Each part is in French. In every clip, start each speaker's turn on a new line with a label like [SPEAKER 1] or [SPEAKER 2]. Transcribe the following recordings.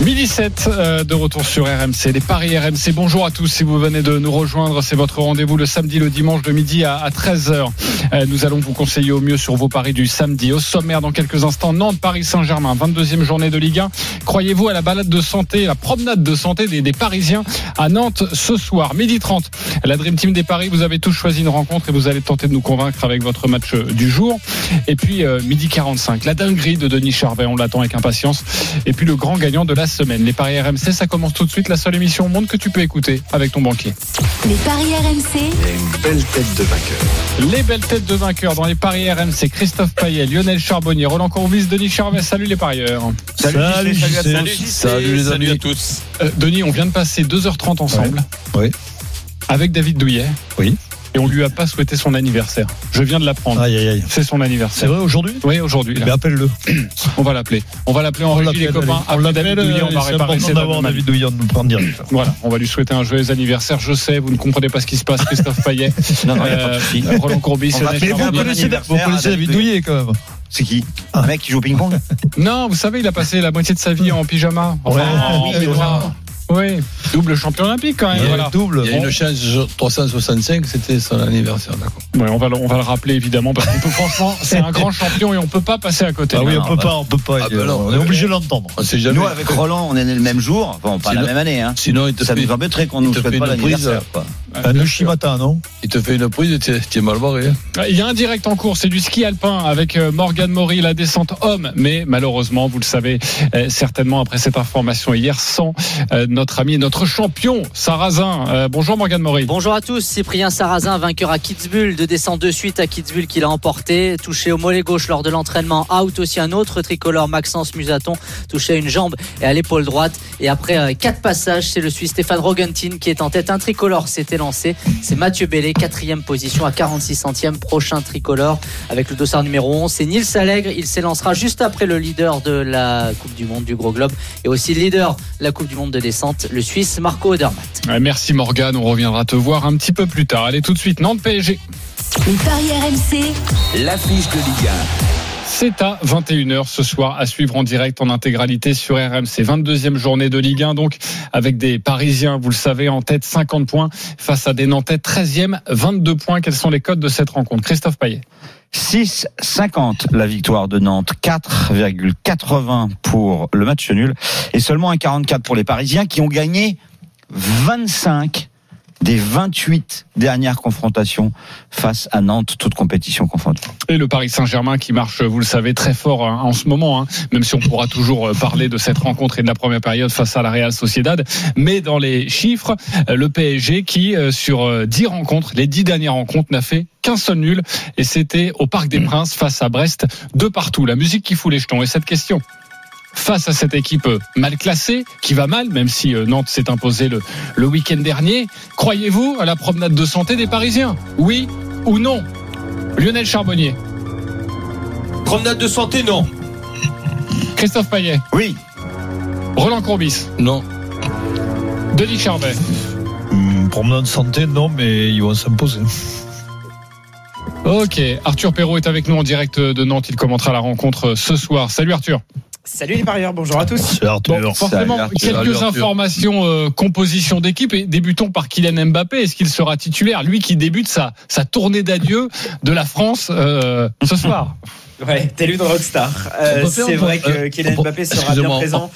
[SPEAKER 1] 1017 euh, de retour sur RMC, les Paris RMC. Bonjour à tous si vous venez de nous rejoindre. C'est votre rendez-vous le samedi, le dimanche de midi à, 13h. nous allons vous conseiller au mieux sur vos paris du samedi. Au sommaire dans quelques instants, Nantes, Paris Saint-Germain, 22e journée de Ligue 1. Croyez-vous à la balade de santé, la promenade de santé des, des Parisiens à Nantes ce soir, midi 30. La Dream Team des Paris, vous avez tous choisi une rencontre et vous allez tenter de nous convaincre avec votre match euh, du jour. Et puis euh, midi 45, la dinguerie de Denis Charvet, on l'attend avec impatience. Et puis le grand gagnant de la semaine. Les Paris RMC, ça commence tout de suite. La seule émission au monde que tu peux écouter avec ton banquier.
[SPEAKER 2] Les Paris RMC.
[SPEAKER 1] Les belles têtes de vainqueurs dans les Paris RMC. Christophe Payet, Lionel Charbonnier, Roland Courbis, Denis Charvet. Salut les parieurs.
[SPEAKER 3] Salut, JC, salut à tous.
[SPEAKER 4] Salut les amis.
[SPEAKER 3] à tous.
[SPEAKER 1] Euh, Denis, on vient de passer 2h30 ensemble.
[SPEAKER 3] Ouais.
[SPEAKER 1] Avec David Douillet.
[SPEAKER 3] Oui.
[SPEAKER 1] Et on lui a pas souhaité son anniversaire. Je viens de l'apprendre.
[SPEAKER 3] Aïe, aïe, aïe.
[SPEAKER 1] C'est son
[SPEAKER 3] C'est
[SPEAKER 1] anniversaire.
[SPEAKER 3] vrai aujourd'hui
[SPEAKER 1] Oui, aujourd'hui. là.
[SPEAKER 3] Mais Eh appelle-le.
[SPEAKER 1] On va l'appeler. On va l'appeler en régie, les copains.
[SPEAKER 3] On
[SPEAKER 1] Après David
[SPEAKER 3] l'appelle. euh,
[SPEAKER 1] Douillet, on va réparer
[SPEAKER 3] C'est important
[SPEAKER 1] ses
[SPEAKER 3] d'avoir
[SPEAKER 1] abnormalités.
[SPEAKER 3] David Douillet de nous prendre direct.
[SPEAKER 1] Voilà, on va lui souhaiter un joyeux anniversaire. Je sais, vous ne comprenez pas ce qui se passe, Christophe Payet.
[SPEAKER 4] Non, non, il n'y a pas de souci.
[SPEAKER 1] Euh, Roland Courbis,
[SPEAKER 5] On va
[SPEAKER 1] Lionel
[SPEAKER 5] faire
[SPEAKER 1] Charbonnier.
[SPEAKER 5] un bon
[SPEAKER 3] Vous
[SPEAKER 5] anniversaire
[SPEAKER 3] connaissez
[SPEAKER 5] à
[SPEAKER 3] David
[SPEAKER 5] David
[SPEAKER 3] Douillet quand même. Ah.
[SPEAKER 5] C'est qui Un mec qui joue au ping-pong
[SPEAKER 1] Non, vous savez, il a passé la moitié de sa vie en pyjama. Enfin,
[SPEAKER 3] Ah
[SPEAKER 1] en
[SPEAKER 5] oui,
[SPEAKER 1] peignoir. Oui, double champion olympique quand même.
[SPEAKER 3] Il y a
[SPEAKER 1] voilà.
[SPEAKER 3] le double.
[SPEAKER 6] Il y a une chance, je- 365, c'était son anniversaire. d'accord.
[SPEAKER 1] Ouais, on, va le, on va le rappeler évidemment parce que franchement, c'est un grand champion et on peut pas passer à côté.
[SPEAKER 3] Ah oui,
[SPEAKER 1] Non,
[SPEAKER 3] on peut pas, on peut pas.
[SPEAKER 6] Ah
[SPEAKER 3] il-
[SPEAKER 6] bah non,
[SPEAKER 3] On est
[SPEAKER 6] mais-
[SPEAKER 3] obligé de l'entendre.
[SPEAKER 6] On sait jamais.
[SPEAKER 5] Nous, avec Roland, on est né le même jour. Enfin, pas la
[SPEAKER 6] Sinon-
[SPEAKER 5] même année. Hein.
[SPEAKER 6] Sinon, il te,
[SPEAKER 5] Ça
[SPEAKER 6] fait,
[SPEAKER 5] nous embêterait qu'on nous
[SPEAKER 6] il te
[SPEAKER 5] souhaite
[SPEAKER 6] fait
[SPEAKER 5] pas
[SPEAKER 6] une prise.
[SPEAKER 5] l'anniversaire. quoi.
[SPEAKER 3] Un Ushimata, non
[SPEAKER 6] il te fait une prise, t'es t'es mal barré. hein.
[SPEAKER 1] Il y a un direct en cours, c'est du ski alpin avec euh, Morgan Mori, la descente homme. Mais malheureusement, vous le savez euh, certainement après cette information hier, sans euh, notre ami et notre champion, Sarrazin. Euh, bonjour Morgan Mori.
[SPEAKER 7] Bonjour à tous, Cyprien Sarrazin, vainqueur à Kitzbühel, de descente de suite à Kitzbühel qu'il a emporté, touché au mollet gauche lors de l'entraînement, out aussi un autre tricolore Maxence Musaton, touché à une jambe et à l'épaule droite. Et après euh, quatre passages, c'est le Suisse Stéphane Rogentin qui est en tête. Un tricolore s'était lancé, c'est Mathieu Bellet, quatrième position à 46 centièmes, prochain tricolore avec le dossard numéro 11, c'est Nils Allègre, il s'élancera juste après le leader de la Coupe du Monde du Gros Globe et aussi leader de la Coupe du Monde de descente, le Suisse Marco Odermatt.
[SPEAKER 1] Ouais, Euh, Merci Morgan, on reviendra te voir un petit peu plus tard. Allez tout de suite, Nantes PSG.
[SPEAKER 2] Les Paris RMC.
[SPEAKER 8] L'affiche de Ligue
[SPEAKER 1] C'est à 21h ce soir à suivre en direct en intégralité sur RMC. 22e journée de Ligue 1 donc avec des Parisiens, vous le savez, en tête 50 points face à des Nantais 13e, 22 points. Quels sont les codes de cette rencontre Christophe Payet.
[SPEAKER 5] 6,50 la victoire de Nantes, 4,80 pour le match nul et seulement 1,44 pour les Parisiens qui ont gagné 25 des 28 dernières confrontations face à Nantes, toutes compétitions confondues.
[SPEAKER 1] Et le Paris Saint-Germain qui marche, vous le savez, très fort hein, en ce moment, hein, même si on pourra toujours euh, parler de cette rencontre et de la première période face à la Real Sociedad. Mais dans les chiffres, euh, le PSG qui, euh, sur euh, 10 rencontres, les 10 dernières rencontres, n'a fait qu'un seul nul. Et c'était au Parc des Princes face à Brest, de partout. La musique qui fout les jetons. Et cette question Face à cette équipe euh, mal classée, qui va mal, même si euh, Nantes s'est imposée le, le week-end dernier, croyez-vous à la promenade de santé des Parisiens Oui ou non Lionel Charbonnier.
[SPEAKER 4] Promenade de santé, non.
[SPEAKER 1] Christophe Payet,
[SPEAKER 5] Oui,
[SPEAKER 1] Roland Courbis,
[SPEAKER 6] Non.
[SPEAKER 1] Denis Charvet.
[SPEAKER 3] Hum, Promenade de santé, non, mais ils vont s'imposer.
[SPEAKER 1] Ok, Arthur Perrault est avec nous en direct de Nantes. Il commentera la rencontre ce soir. Salut Arthur.
[SPEAKER 5] Salut les parieurs, bonjour à tous.
[SPEAKER 3] C'est Arthur.
[SPEAKER 1] Bon, forcément,
[SPEAKER 5] salut Arthur.
[SPEAKER 1] quelques
[SPEAKER 6] Salut Arthur.
[SPEAKER 1] informations euh, composition d'équipe et débutons par Kylian Mbappé. Est-ce qu'il sera titulaire Lui qui débute sa, sa tournée d'adieu de la France euh, ce soir.
[SPEAKER 9] Ouais, t'es lu dans Rockstar. Euh,
[SPEAKER 6] On peut faire
[SPEAKER 9] c'est
[SPEAKER 6] un-
[SPEAKER 9] vrai que
[SPEAKER 6] euh,
[SPEAKER 9] Kylian
[SPEAKER 6] on peut-
[SPEAKER 9] Mbappé sera bien
[SPEAKER 6] excusez-moi,
[SPEAKER 9] présent.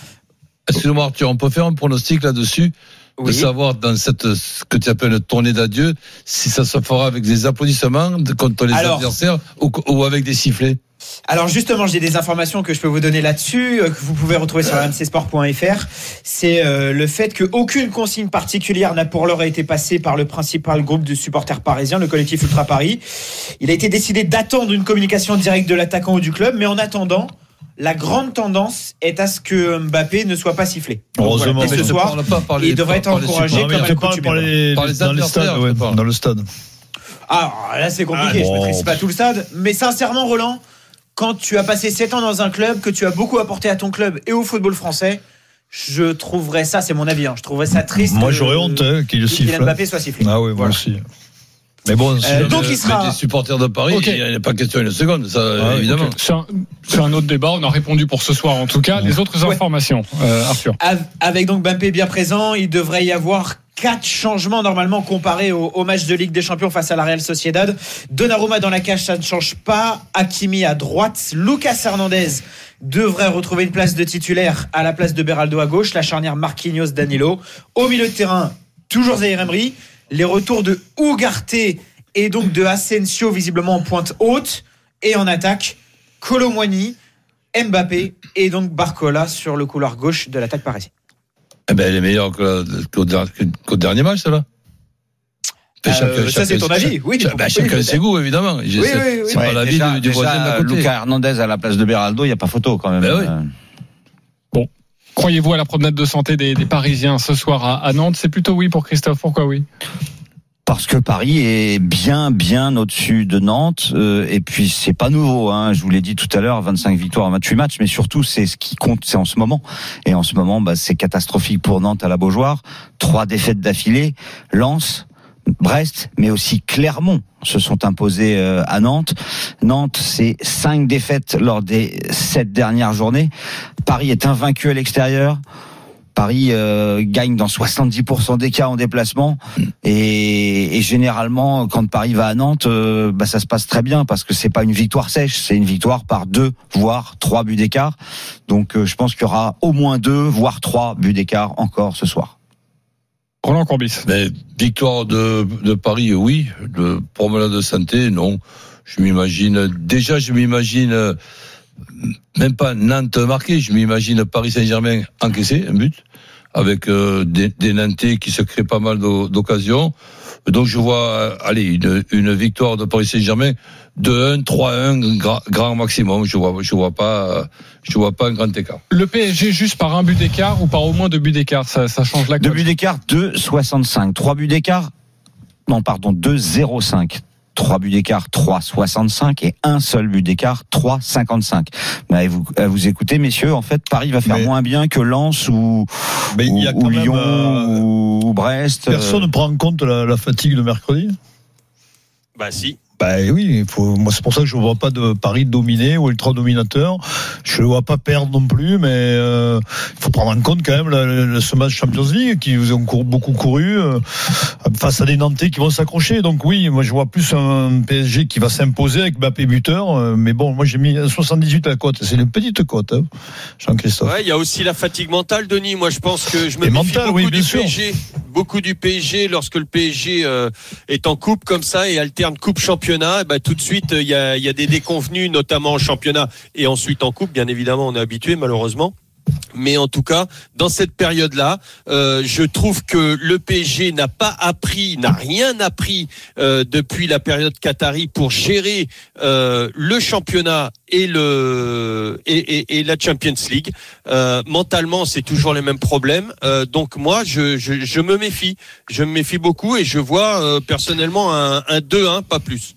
[SPEAKER 6] Excuse-moi, Arthur, on peut faire un pronostic là-dessus de
[SPEAKER 9] Oui.
[SPEAKER 6] savoir dans cette ce que tu appelles tournée d'adieu si ça se fera avec des applaudissements de- contre les
[SPEAKER 9] Alors.
[SPEAKER 6] adversaires ou, ou avec des sifflets.
[SPEAKER 9] Alors justement, j'ai des informations que je peux vous donner là-dessus, euh, que vous pouvez retrouver sur rmcsport.fr. C'est euh, le fait qu'aucune consigne particulière n'a pour l'heure été passée par le principal groupe de supporters parisiens, le collectif Ultra Paris. Il a été décidé d'attendre une communication directe de l'attaquant ou du club, mais en attendant, la grande tendance est à ce que Mbappé ne soit pas sifflé. Donc voilà.
[SPEAKER 3] Heureusement,
[SPEAKER 9] Et
[SPEAKER 3] mais
[SPEAKER 9] ce
[SPEAKER 6] je
[SPEAKER 9] soir,
[SPEAKER 6] parle pas par les-
[SPEAKER 9] il devrait
[SPEAKER 6] par-
[SPEAKER 9] être
[SPEAKER 6] par les
[SPEAKER 9] encouragé
[SPEAKER 3] Non,
[SPEAKER 6] supporters.
[SPEAKER 3] mais
[SPEAKER 9] comme hein.
[SPEAKER 3] je te parle
[SPEAKER 9] accoutumé.
[SPEAKER 3] par les,
[SPEAKER 6] Par les
[SPEAKER 3] dans les
[SPEAKER 6] adversaires,
[SPEAKER 3] stades,
[SPEAKER 6] je
[SPEAKER 3] ouais,
[SPEAKER 6] te parle.
[SPEAKER 3] dans le stade.
[SPEAKER 9] Ah, là, c'est compliqué.
[SPEAKER 3] Ah,
[SPEAKER 9] je
[SPEAKER 3] bon.
[SPEAKER 9] maîtrise pas tout le stade. Mais sincèrement, Roland, quand tu as passé 7 ans dans un club, que tu as beaucoup apporté à ton club et au football français, je trouverais ça, c'est mon avis, hein, je trouverais ça triste.
[SPEAKER 3] Moi,
[SPEAKER 9] que-
[SPEAKER 3] j'aurais honte hein, qu'il le
[SPEAKER 9] que Kylian
[SPEAKER 3] siffle.
[SPEAKER 9] Mbappé soit sifflé.
[SPEAKER 3] Ah oui, moi aussi. Mais bon, si
[SPEAKER 9] Euh,
[SPEAKER 3] on
[SPEAKER 9] donc
[SPEAKER 3] est-
[SPEAKER 9] il sera-
[SPEAKER 3] mais des supporters de Paris,
[SPEAKER 1] Ok.
[SPEAKER 3] il n'y a pas question une seconde, ça,
[SPEAKER 9] Ah
[SPEAKER 1] Ouais,
[SPEAKER 3] évidemment.
[SPEAKER 1] ok. euh, C'est un, c'est un autre débat. On a répondu pour ce soir, en tout cas. Les autres
[SPEAKER 9] Ouais.
[SPEAKER 1] informations, euh, Arthur.
[SPEAKER 9] Av- Avec donc bah- Mbappé bien présent, il devrait y avoir quatre changements normalement comparés au, au match de Ligue des Champions face à la Real Sociedad. Donnarumma dans la cage, ça ne change pas. Hakimi à droite. Lucas Hernandez devrait retrouver une place de titulaire à la place de Beraldo à gauche. La charnière Marquinhos-Danilo. Au milieu de terrain, toujours Zaire Emery. Les retours de Ougarté et donc de Asensio visiblement en pointe haute. Et en attaque, Colomwani, Mbappé et donc Barcola sur le couloir gauche de l'attaque parisienne.
[SPEAKER 6] Eh ben, elle est meilleure que la- qu'au der- qu'au dernier match, celle-là.
[SPEAKER 9] Euh, ça, c'est ton avis, oui,
[SPEAKER 6] cha- bah,
[SPEAKER 9] oui,
[SPEAKER 6] chacun
[SPEAKER 9] peut-être.
[SPEAKER 6] ses goûts, évidemment. Je-
[SPEAKER 9] Oui,
[SPEAKER 6] c'est
[SPEAKER 9] oui, oui.
[SPEAKER 6] c'est pas l'avis
[SPEAKER 5] déjà,
[SPEAKER 6] du, du
[SPEAKER 5] déjà, euh,
[SPEAKER 6] voisin d'à côté.
[SPEAKER 5] Lucas Hernandez à la place de Beraldo, il n'y a pas photo quand même.
[SPEAKER 6] Ben oui.
[SPEAKER 5] Euh,
[SPEAKER 1] Croyez-vous à la promenade de santé des, des Parisiens ce soir à, à Nantes C'est plutôt oui pour Christophe. Pourquoi oui
[SPEAKER 5] Parce que Paris est bien, bien au-dessus de Nantes. euh, et puis, c'est pas nouveau. Hein, je vous l'ai dit tout à l'heure, 25 victoires en 28 matchs. Mais surtout, c'est ce qui compte, c'est en ce moment. Et en ce moment, bah, c'est catastrophique pour Nantes à la Beaujoire. Trois défaites d'affilée. Lens, Brest, mais aussi Clermont se sont imposés euh, à Nantes. Nantes, c'est cinq défaites lors des sept dernières journées. Paris est invaincu à l'extérieur. Paris euh, gagne dans 70% des cas en déplacement et, et généralement quand Paris va à Nantes, euh, bah, ça se passe très bien parce que c'est pas une victoire sèche, c'est une victoire par deux voire trois buts d'écart. Donc euh, je pense qu'il y aura au moins deux voire trois buts d'écart encore ce soir.
[SPEAKER 1] Roland Corbis.
[SPEAKER 6] Mais victoire de, de Paris, oui. De promenade de santé, non. Je m'imagine, déjà, je m'imagine, euh, même pas Nantes marqué, je m'imagine Paris Saint-Germain encaissé, un but, avec euh, des, des Nantais qui se créent pas mal d'o- d'occasions. Donc je vois, euh, allez, une, une victoire de Paris Saint-Germain de 1, 3-1, gra- grand maximum. Je vois, je vois pas, euh, je vois pas un grand écart.
[SPEAKER 1] Le PSG juste par un but d'écart ou par au moins deux buts d'écart, ça, ça change la
[SPEAKER 5] Deux
[SPEAKER 1] cote.
[SPEAKER 5] buts d'écart, 2,65. Trois buts d'écart, non, pardon, 2,05. Trois buts d'écart, 3,65. Et un seul but d'écart, 3,55. Mais à vous, à vous écoutez, messieurs, en fait, Paris va faire
[SPEAKER 3] Mais-
[SPEAKER 5] moins bien que Lens ou,
[SPEAKER 3] Mais
[SPEAKER 5] ou,
[SPEAKER 3] il y a
[SPEAKER 5] ou
[SPEAKER 3] quand même,
[SPEAKER 5] Lyon
[SPEAKER 3] euh,
[SPEAKER 5] ou Brest. euh,
[SPEAKER 3] Personne ne prend en compte la, la fatigue de mercredi
[SPEAKER 4] Bah si.
[SPEAKER 3] Bah oui, il faut, moi c'est pour ça que je ne vois pas de Paris dominé ou ultra dominateur. Je ne le vois pas perdre non plus, mais euh, il faut prendre en compte quand même le- le- ce match Champions League qui vous ont cour- beaucoup couru euh, face à des Nantais qui vont s'accrocher. Donc oui, moi je vois plus un PSG qui va s'imposer avec Mbappé buteur. euh, mais bon, moi j'ai mis 78 à la cote. C'est une petite cote, hein, Jean-Christophe.
[SPEAKER 4] Ouais, il y a aussi la fatigue mentale, Denis. Moi, je pense que je me
[SPEAKER 3] Et
[SPEAKER 4] méfie
[SPEAKER 3] mentale,
[SPEAKER 4] beaucoup
[SPEAKER 3] oui, bien
[SPEAKER 4] du
[SPEAKER 3] sûr.
[SPEAKER 4] PSG. Beaucoup du PSG lorsque le PSG euh, est en coupe comme ça et alterne coupe championnat, eh ben, tout de suite euh, il y a, il y a des déconvenus, notamment en championnat et ensuite en coupe. Bien évidemment, on est habitué malheureusement. Mais en tout cas, dans cette période-là, euh, je trouve que le PSG n'a pas appris, n'a rien appris euh, depuis la période Qatari pour gérer euh, le championnat et le et, et- et la Champions League. Euh, mentalement, c'est toujours les mêmes problèmes. Euh, donc moi, je, je, je me méfie, je me méfie beaucoup et je vois euh, personnellement un, un 2-1, pas plus.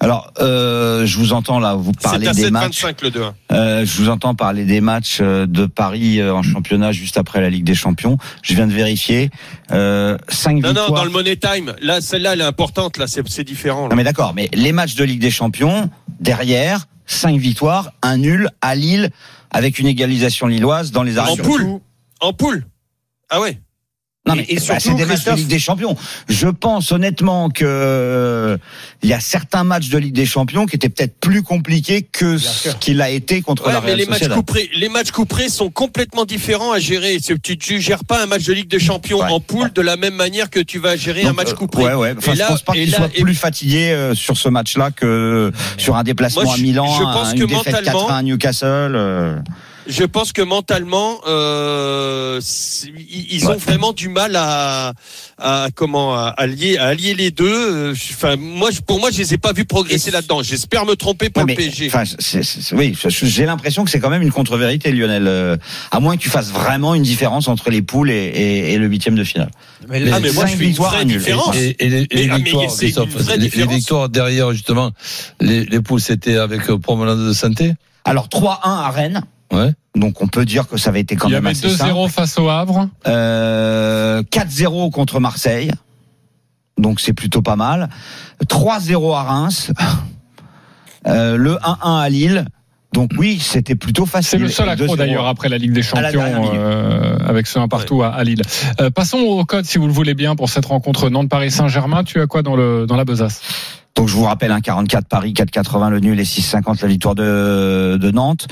[SPEAKER 5] Alors, euh, je vous entends là, vous
[SPEAKER 4] C'est
[SPEAKER 5] parlez
[SPEAKER 4] à
[SPEAKER 5] des matchs.
[SPEAKER 4] 7-25 le 2-1.
[SPEAKER 5] Euh, je vous entends parler des matchs euh, de Paris euh, en championnat juste après la Ligue des Champions. Je viens de vérifier. Euh, cinq
[SPEAKER 4] Non,
[SPEAKER 5] victoires.
[SPEAKER 4] non, dans le Money Time, là, celle-là, elle est importante. Là, c'est c'est différent.
[SPEAKER 5] Non
[SPEAKER 4] là.
[SPEAKER 5] Ah, mais d'accord, mais les matchs de Ligue des Champions, derrière, 5 victoires, un nul à Lille, avec une égalisation lilloise dans les arrêts.
[SPEAKER 4] En
[SPEAKER 5] de jeu.
[SPEAKER 4] poule, en poule. Ah ouais.
[SPEAKER 5] Non mais
[SPEAKER 9] Et- et
[SPEAKER 5] bah,
[SPEAKER 9] surtout,
[SPEAKER 5] c'est des matchs de
[SPEAKER 9] Christophe-
[SPEAKER 5] Ligue des Champions. Je pense honnêtement que euh, il y a certains matchs de Ligue des Champions qui étaient peut-être plus compliqués que ce
[SPEAKER 9] sûr.
[SPEAKER 5] qu'il a été contre
[SPEAKER 4] Ouais,
[SPEAKER 5] la
[SPEAKER 4] mais
[SPEAKER 5] Real
[SPEAKER 4] les matchs,
[SPEAKER 5] Sociedad.
[SPEAKER 4] couperés, les matchs couperés sont complètement différents à gérer. C'est- Tu ne gères pas un match de Ligue des Champions
[SPEAKER 5] Ouais.
[SPEAKER 4] en poule de la même manière que tu vas gérer un
[SPEAKER 5] Donc,
[SPEAKER 4] match
[SPEAKER 5] euh,
[SPEAKER 4] couperé.
[SPEAKER 5] ouais, ouais. Enfin,
[SPEAKER 4] Et
[SPEAKER 5] je
[SPEAKER 4] là-
[SPEAKER 5] pense pas
[SPEAKER 4] et
[SPEAKER 5] qu'il
[SPEAKER 4] là-
[SPEAKER 5] soit
[SPEAKER 4] et-
[SPEAKER 5] plus fatigué euh, sur ce match-là que sur un déplacement
[SPEAKER 4] Moi, je-
[SPEAKER 5] à Milan,
[SPEAKER 4] je pense
[SPEAKER 5] un-
[SPEAKER 4] que
[SPEAKER 5] une défaite
[SPEAKER 4] mentalement-
[SPEAKER 5] 4-1 à Newcastle. euh.
[SPEAKER 4] je pense que mentalement, euh, c'est- ils ils ont vraiment du mal à, à comment à allier, à allier les deux. Euh, je- Enfin, moi, je- pour moi, je les ai pas vus progresser là-dedans. J'espère me tromper pour
[SPEAKER 5] Ouais, mais,
[SPEAKER 4] le PSG.
[SPEAKER 5] enfin, c'est- c'est- oui, je- je- j'ai l'impression que c'est quand même une contre-vérité, Lionel. euh, à moins que tu fasses vraiment une différence entre les poules et, et- et le huitième de finale.
[SPEAKER 9] Mais
[SPEAKER 6] là-
[SPEAKER 4] ah, mais moi,
[SPEAKER 5] cinq
[SPEAKER 4] je fais une
[SPEAKER 5] victoires
[SPEAKER 4] vraie
[SPEAKER 5] à nul.
[SPEAKER 4] différence.
[SPEAKER 6] Et, et les, et les
[SPEAKER 4] Mais- ah, mais
[SPEAKER 6] victoires,
[SPEAKER 4] c'est une
[SPEAKER 6] Christophe,
[SPEAKER 4] vraie
[SPEAKER 6] les- les
[SPEAKER 4] différence.
[SPEAKER 6] victoires derrière, justement, les, les poules, c'était avec euh, Promenade de Santé.
[SPEAKER 5] Alors 3-1 à Rennes.
[SPEAKER 6] Ouais.
[SPEAKER 5] Donc on peut dire que ça avait été quand
[SPEAKER 1] Il y
[SPEAKER 5] même
[SPEAKER 1] avait
[SPEAKER 5] assez simple.
[SPEAKER 1] 2-0 face au Havre.
[SPEAKER 5] Euh, 4-0 contre Marseille. Donc c'est plutôt pas mal. 3-0 à Reims. Euh, le 1-1 à Lille. Donc oui, c'était plutôt facile.
[SPEAKER 1] C'est le seul
[SPEAKER 5] Et
[SPEAKER 1] accro
[SPEAKER 5] 2-0.
[SPEAKER 1] d'ailleurs après la Ligue des
[SPEAKER 5] À la
[SPEAKER 1] Champions
[SPEAKER 5] dernière minute.
[SPEAKER 1] euh, avec ce 1 partout à, à Lille. Euh, passons au code si vous le voulez bien pour cette rencontre Nantes-Paris-Saint-Germain. Tu as quoi dans, le, dans la besace
[SPEAKER 5] Donc je vous rappelle, hein, 44 Paris, 4,80 le nul et 6,50 la victoire de, de Nantes.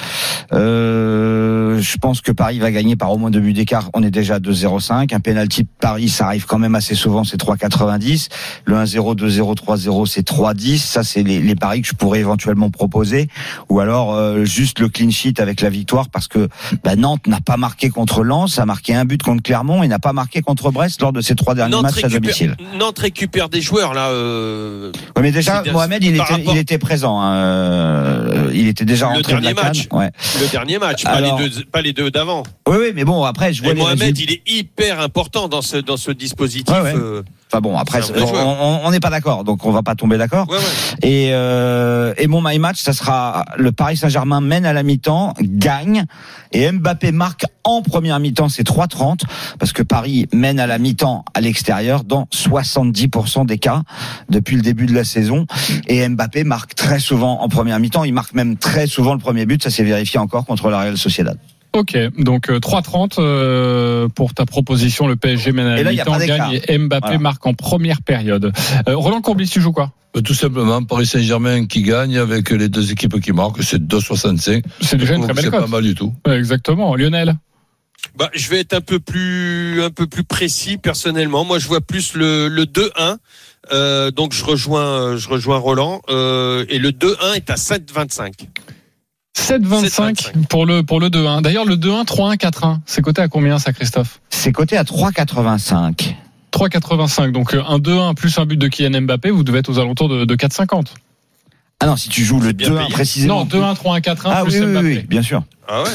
[SPEAKER 5] Euh, je pense que Paris va gagner par au moins deux buts d'écart. On est déjà à 2,05. Un penalty Paris, ça arrive quand même assez souvent, c'est 3,90. Le 1-0, 2-0, 3-0, c'est 3,10. Ça, c'est les, les paris que je pourrais éventuellement proposer. Ou alors euh, juste le clean sheet avec la victoire parce que bah, Nantes n'a pas marqué contre Lens, a marqué un but contre Clermont et n'a pas marqué contre Brest lors de ses trois derniers matchs à domicile.
[SPEAKER 4] Nantes récupère des joueurs là. euh,
[SPEAKER 5] Ouais, mais déjà,
[SPEAKER 4] C'est-à-dire,
[SPEAKER 5] Mohamed, il était,
[SPEAKER 4] par rapport-
[SPEAKER 5] il était présent. hein, euh, il était déjà
[SPEAKER 4] Le
[SPEAKER 5] rentré de la
[SPEAKER 4] dernier
[SPEAKER 5] canne.
[SPEAKER 4] match.
[SPEAKER 5] Ouais.
[SPEAKER 4] le dernier match, pas
[SPEAKER 5] Alors-
[SPEAKER 4] les deux, pas les deux d'avant.
[SPEAKER 5] Oui, oui, mais bon, après, je vois
[SPEAKER 4] Et
[SPEAKER 5] les
[SPEAKER 4] Mohamed,
[SPEAKER 5] résultats.
[SPEAKER 4] il est hyper important dans ce dans ce dispositif.
[SPEAKER 5] Ouais, ouais.
[SPEAKER 4] euh,
[SPEAKER 5] Enfin bon, après,
[SPEAKER 4] C'est un
[SPEAKER 5] on
[SPEAKER 4] vrai joueur.
[SPEAKER 5] on- on n'est pas d'accord, donc on va pas tomber d'accord.
[SPEAKER 4] ouais, ouais.
[SPEAKER 5] Et, euh, et mon my match, ça sera le Paris Saint-Germain mène à la mi-temps, gagne, et Mbappé marque en première mi-temps, c'est 3,30, parce que Paris mène à la mi-temps à l'extérieur dans 70% des cas depuis le début de la saison. Et Mbappé marque très souvent en première mi-temps, il marque même très souvent le premier but, ça s'est vérifié encore contre la Real Sociedad.
[SPEAKER 1] Ok, donc euh, 3-30 euh, pour ta proposition. Le PSG mène à
[SPEAKER 5] Et
[SPEAKER 1] la
[SPEAKER 5] là, il y a
[SPEAKER 1] mi-temps,
[SPEAKER 5] pas d'écart.
[SPEAKER 1] gagne et Mbappé
[SPEAKER 5] Voilà.
[SPEAKER 1] marque en première période. Euh, Roland Courbis, tu joues quoi
[SPEAKER 6] Euh, Tout simplement, Paris Saint-Germain qui gagne avec les deux équipes qui marquent, c'est 2,65.
[SPEAKER 1] C'est déjà une très
[SPEAKER 6] Je trouve que
[SPEAKER 1] belle
[SPEAKER 6] C'est pas
[SPEAKER 1] cote.
[SPEAKER 6] mal du tout.
[SPEAKER 1] Ouais, exactement. Lionel
[SPEAKER 4] Bah, je vais être un peu plus un peu plus précis personnellement. Moi, je vois plus le, le 2-1. Euh, donc je rejoins euh, je rejoins Roland Euh, et le 2-1 est à 7,25.
[SPEAKER 1] 7-25
[SPEAKER 4] 7,25.
[SPEAKER 1] pour le, pour le 2-1. D'ailleurs, le 2-1, 3-1, 4-1. C'est coté à combien ça, Christophe
[SPEAKER 5] C'est coté à 3,85.
[SPEAKER 1] 3,85. Donc euh, un 2-1 plus un but de Kylian Mbappé, vous devez être aux alentours de, de 4,50.
[SPEAKER 5] Ah non, si tu joues le
[SPEAKER 4] bien
[SPEAKER 5] 2-1
[SPEAKER 4] payé.
[SPEAKER 5] précisément.
[SPEAKER 1] Non, 2-1, 3-1, 4-1
[SPEAKER 5] Ah oui,
[SPEAKER 1] plus
[SPEAKER 5] oui,
[SPEAKER 1] Mbappé.
[SPEAKER 5] oui, bien sûr.
[SPEAKER 4] Ah ouais.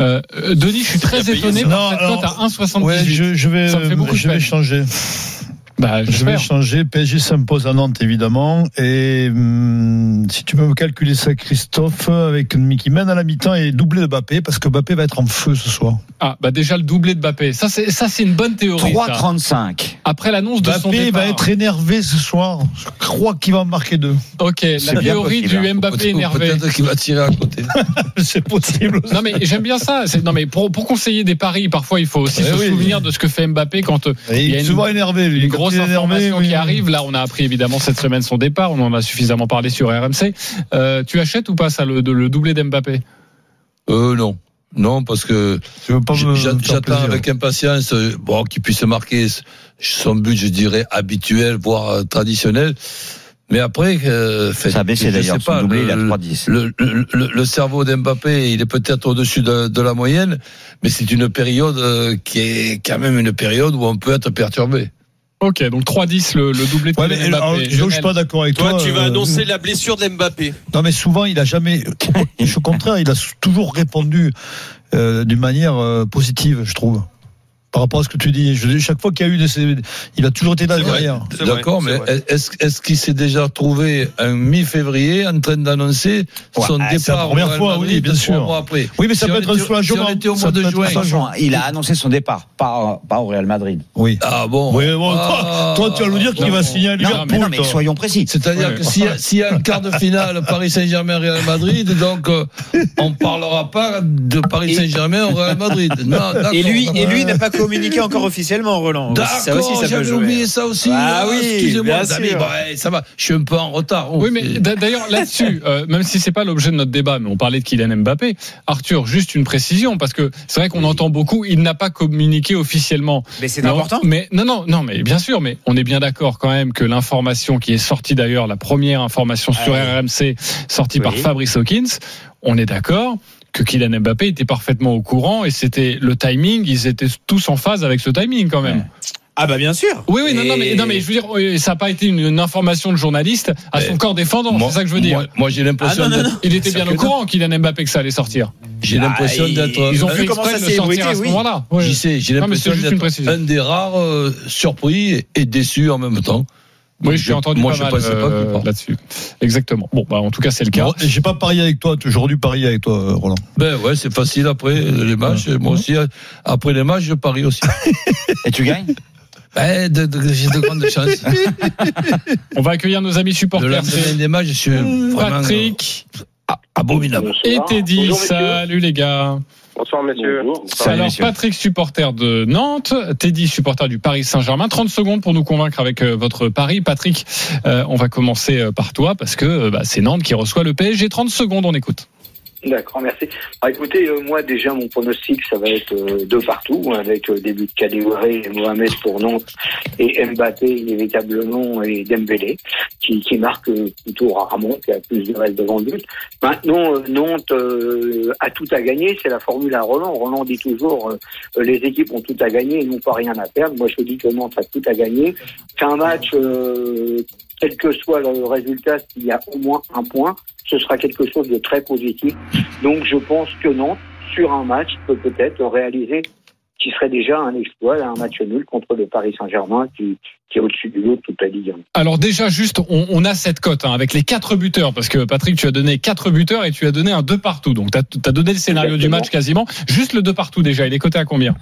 [SPEAKER 1] Euh, euh, Denis, je suis très
[SPEAKER 4] bien payé,
[SPEAKER 1] étonné
[SPEAKER 4] ça.
[SPEAKER 1] par
[SPEAKER 3] Non,
[SPEAKER 1] cette
[SPEAKER 3] alors,
[SPEAKER 1] cote à 1,78.
[SPEAKER 3] Ouais, je, je vais, euh,
[SPEAKER 1] Ça me fait beaucoup de
[SPEAKER 3] je vais
[SPEAKER 1] peine.
[SPEAKER 3] changer.
[SPEAKER 1] Bah,
[SPEAKER 3] Je vais
[SPEAKER 1] j'espère.
[SPEAKER 3] changer. PSG s'impose à Nantes, évidemment. Et hum, si tu peux me calculer ça, Christophe, avec Mickey mène à la mi-temps et doublé de Bappé, parce que Bappé va être en feu ce soir.
[SPEAKER 1] Ah, bah déjà le doublé de Mbappé. Ça, c'est ça, c'est une bonne théorie. ça.
[SPEAKER 5] 3,35.
[SPEAKER 1] Après l'annonce de son
[SPEAKER 3] Bappé
[SPEAKER 1] départ.
[SPEAKER 3] va être énervé ce soir. Je crois qu'il va en marquer deux.
[SPEAKER 1] Ok,
[SPEAKER 5] C'est
[SPEAKER 1] la
[SPEAKER 5] bien
[SPEAKER 1] théorie
[SPEAKER 5] possible,
[SPEAKER 1] du
[SPEAKER 5] hein.
[SPEAKER 1] Mbappé
[SPEAKER 6] Peut-être-
[SPEAKER 1] énervé.
[SPEAKER 6] Peut-être qu'il va tirer à côté.
[SPEAKER 3] C'est possible.
[SPEAKER 1] Non mais j'aime bien ça. C'est- Non mais pour, pour conseiller des paris, parfois il faut aussi
[SPEAKER 3] Eh
[SPEAKER 1] se
[SPEAKER 3] oui. Eh
[SPEAKER 1] souvenir de ce que fait Mbappé quand euh,
[SPEAKER 3] Et
[SPEAKER 1] il y
[SPEAKER 3] il
[SPEAKER 1] a
[SPEAKER 3] est
[SPEAKER 1] une-
[SPEAKER 3] souvent énervé. Lui.
[SPEAKER 1] une grosse
[SPEAKER 3] Quand il est énervé,
[SPEAKER 1] information qui
[SPEAKER 3] oui.
[SPEAKER 1] arrive. Là, on a appris évidemment cette semaine son départ. On en a suffisamment parlé sur RMC. Euh, tu achètes ou pas ça le, de- le doublé d'Mbappé
[SPEAKER 6] Euh, non. Non, parce que
[SPEAKER 3] Tu veux pas me
[SPEAKER 6] j'a-
[SPEAKER 3] me faire
[SPEAKER 6] j'attends
[SPEAKER 3] plaisir.
[SPEAKER 6] avec impatience euh, bon, qu'il puisse marquer s- son but, je dirais, habituel, voire euh, traditionnel. Mais après, euh, fait-
[SPEAKER 5] Ça a baissé
[SPEAKER 6] je
[SPEAKER 5] d'ailleurs.
[SPEAKER 6] sais
[SPEAKER 5] Son
[SPEAKER 6] pas,
[SPEAKER 5] doublé,
[SPEAKER 6] le-
[SPEAKER 5] il est à 3,10.
[SPEAKER 6] le, le- le- le cerveau d'Mbappé, il est peut-être au-dessus de, de la moyenne, mais c'est une période euh, qui est quand même une période où on peut être perturbé.
[SPEAKER 1] Ok, donc 3-10 le, le doublé de
[SPEAKER 3] Ouais,
[SPEAKER 1] Kylian
[SPEAKER 3] mais, alors,
[SPEAKER 1] Mbappé.
[SPEAKER 3] je je suis
[SPEAKER 1] Lionel.
[SPEAKER 3] pas d'accord avec toi.
[SPEAKER 4] Toi, tu vas
[SPEAKER 3] euh,
[SPEAKER 4] annoncer la blessure d'Mbappé.
[SPEAKER 3] Non, mais souvent, il a jamais. Je suis au contraire, il a toujours répondu euh, d'une manière euh, positive, je trouve. Par rapport à ce que tu dis, Je- chaque fois qu'il y a eu des, il a toujours été là
[SPEAKER 4] C'est vrai.
[SPEAKER 3] derrière.
[SPEAKER 4] C'est vrai,
[SPEAKER 6] D'accord,
[SPEAKER 4] c'est
[SPEAKER 6] mais eh,
[SPEAKER 4] vrai.
[SPEAKER 6] est-ce est-ce qu'il s'est déjà trouvé un mi-février en train d'annoncer son
[SPEAKER 3] Ouais, ah, c'est la
[SPEAKER 6] départ au
[SPEAKER 3] première
[SPEAKER 6] Real
[SPEAKER 3] fois,
[SPEAKER 6] Madrid
[SPEAKER 3] oui, bien
[SPEAKER 6] trois
[SPEAKER 3] sûr.
[SPEAKER 6] mois après
[SPEAKER 3] Oui, mais ça
[SPEAKER 6] Si
[SPEAKER 3] peut
[SPEAKER 6] on
[SPEAKER 3] être un
[SPEAKER 6] était au-
[SPEAKER 3] soulagement.
[SPEAKER 6] Si on était au
[SPEAKER 3] Ça
[SPEAKER 6] mois
[SPEAKER 3] peut
[SPEAKER 6] de
[SPEAKER 3] être
[SPEAKER 6] juin.
[SPEAKER 3] un
[SPEAKER 5] Fin juin, il a annoncé son départ, pas, pas au Real Madrid.
[SPEAKER 3] Oui.
[SPEAKER 6] Ah bon
[SPEAKER 3] Oui, bon,
[SPEAKER 6] Ah,
[SPEAKER 3] toi, toi, tu vas nous dire qu'il
[SPEAKER 1] non,
[SPEAKER 3] va signer à
[SPEAKER 5] Non,
[SPEAKER 3] Liverpool.
[SPEAKER 5] mais, non, mais
[SPEAKER 3] toi.
[SPEAKER 5] soyons précis.
[SPEAKER 6] C'est-à-dire
[SPEAKER 1] Ouais.
[SPEAKER 6] que s'il y, a- s'il y a un quart de finale Paris Saint-Germain Real Madrid, donc euh, on parlera pas de Paris Saint-Germain au Real Madrid. Non, d'accord,
[SPEAKER 9] Et lui, et
[SPEAKER 6] d'accord.
[SPEAKER 9] lui n'a pas communiqué encore officiellement, Roland. Ça aussi,
[SPEAKER 6] D'accord,
[SPEAKER 9] ça peut
[SPEAKER 6] j'avais
[SPEAKER 9] jouer.
[SPEAKER 6] oublié ça aussi.
[SPEAKER 9] Ah oui,
[SPEAKER 6] excusez-moi,
[SPEAKER 9] bien
[SPEAKER 6] Damien,
[SPEAKER 9] sûr.
[SPEAKER 6] bah, eh, ça va, je suis un peu en retard. Oh,
[SPEAKER 1] Oui, mais
[SPEAKER 6] c'est-
[SPEAKER 1] d'a- d'ailleurs là-dessus, euh, même si c'est pas l'objet de notre débat, mais on parlait de Kylian Mbappé. Arthur, juste une précision parce que c'est vrai qu'on entend beaucoup. Il n'a pas communiqué officiellement.
[SPEAKER 9] Mais c'est
[SPEAKER 1] Mais on-
[SPEAKER 9] important.
[SPEAKER 1] Mais non, non, non, mais bien sûr, mais on est bien d'accord quand même que l'information qui est sortie d'ailleurs,
[SPEAKER 6] Ah
[SPEAKER 1] la première information sur RMC sortie par Fabrice Hawkins, on est d'accord que Kylian Mbappé était parfaitement au courant et c'était le timing, ils étaient tous en phase avec ce timing quand même.
[SPEAKER 9] Ah bah bien sûr.
[SPEAKER 1] Oui, oui, non, non, mais,
[SPEAKER 9] Et-
[SPEAKER 1] non, mais je veux dire, euh, ça n'a pas été une, une information de journaliste à son
[SPEAKER 6] Mais
[SPEAKER 1] corps défendant,
[SPEAKER 6] Moi-
[SPEAKER 1] c'est ça que je veux dire.
[SPEAKER 6] Moi, moi, j'ai l'impression
[SPEAKER 9] Ah, non, non,
[SPEAKER 6] d'être-
[SPEAKER 9] non.
[SPEAKER 1] Il était
[SPEAKER 9] Bien sûr
[SPEAKER 1] bien au
[SPEAKER 9] que non.
[SPEAKER 1] courant Kylian Mbappé que ça allait sortir.
[SPEAKER 6] j'ai l'impression
[SPEAKER 9] Ah,
[SPEAKER 6] d'être.
[SPEAKER 1] Bah, Ils ont
[SPEAKER 6] un-
[SPEAKER 1] fait
[SPEAKER 9] vu comment
[SPEAKER 1] exprès
[SPEAKER 9] ça
[SPEAKER 1] de
[SPEAKER 9] s'est
[SPEAKER 1] le sortir
[SPEAKER 9] ébruité,
[SPEAKER 1] à ce
[SPEAKER 9] oui.
[SPEAKER 1] moment-là. Oui.
[SPEAKER 6] J'y sais, j'ai
[SPEAKER 1] Non, mais c'est
[SPEAKER 6] l'impression
[SPEAKER 1] juste une
[SPEAKER 6] d'être
[SPEAKER 1] précision.
[SPEAKER 6] un des rares euh, surpris et déçu en même temps.
[SPEAKER 1] Oui, je suis entendu
[SPEAKER 6] moi,
[SPEAKER 1] pas
[SPEAKER 6] je
[SPEAKER 1] mal
[SPEAKER 6] pensais pas
[SPEAKER 1] euh,
[SPEAKER 6] qu'il part.
[SPEAKER 1] là-dessus. Exactement. Bon, bah en tout cas, c'est le cas.
[SPEAKER 3] Bon, J'ai pas parié avec toi, toujours du parier avec toi, euh, Roland.
[SPEAKER 6] Ben ouais, c'est facile après les matchs. Moi aussi, après les matchs, je parie aussi.
[SPEAKER 5] Et tu gagnes
[SPEAKER 6] ben, de- de- j'ai de grandes chances.
[SPEAKER 1] On va accueillir nos amis
[SPEAKER 6] Le
[SPEAKER 1] supporters.
[SPEAKER 6] lendemain
[SPEAKER 1] C'est
[SPEAKER 6] des matchs, je suis vraiment euh,
[SPEAKER 1] Patrick
[SPEAKER 6] abominable.
[SPEAKER 1] et Teddy. Salut les gars.
[SPEAKER 10] Bonsoir, messieurs.
[SPEAKER 1] Alors Patrick, supporter de Nantes, Teddy, supporter du Paris Saint-Germain. 30 secondes pour nous convaincre avec euh, votre pari. Patrick, euh, on va commencer euh, par toi parce que euh, bah, c'est Nantes qui reçoit le PSG. 30 secondes, on écoute.
[SPEAKER 10] D'accord, merci. Bah, écoutez, euh, moi, déjà, mon pronostic, ça va être euh, deux partout, avec euh, des buts de Kadewere et Mohamed pour Nantes, et Mbappé, inévitablement, et Dembélé, qui, qui marque euh, plutôt rarement, qui a plus de balles devant le but. Maintenant, euh, Nantes euh, a tout à gagner, c'est la formule à Roland. Roland dit toujours, euh, les équipes ont tout à gagner et n'ont pas rien à perdre. Moi, je dis que Nantes a tout à gagner. C'est un match, euh, quel que soit le résultat, s'il y a au moins un point, ce sera quelque chose de très positif. Donc je pense que Nantes, sur un match, peut peut-être réaliser qui serait déjà un exploit, un match nul contre le Paris Saint-Germain qui, qui est au-dessus du lot de toute la Ligue.
[SPEAKER 1] Alors déjà, juste, on, on a cette cote hein, avec les quatre buteurs parce que Patrick, tu as donné quatre buteurs et tu as donné un 2 partout. Donc tu as, donné le scénario du
[SPEAKER 10] Exactement.
[SPEAKER 1] match quasiment. Juste le 2 partout déjà. Il est coté à combien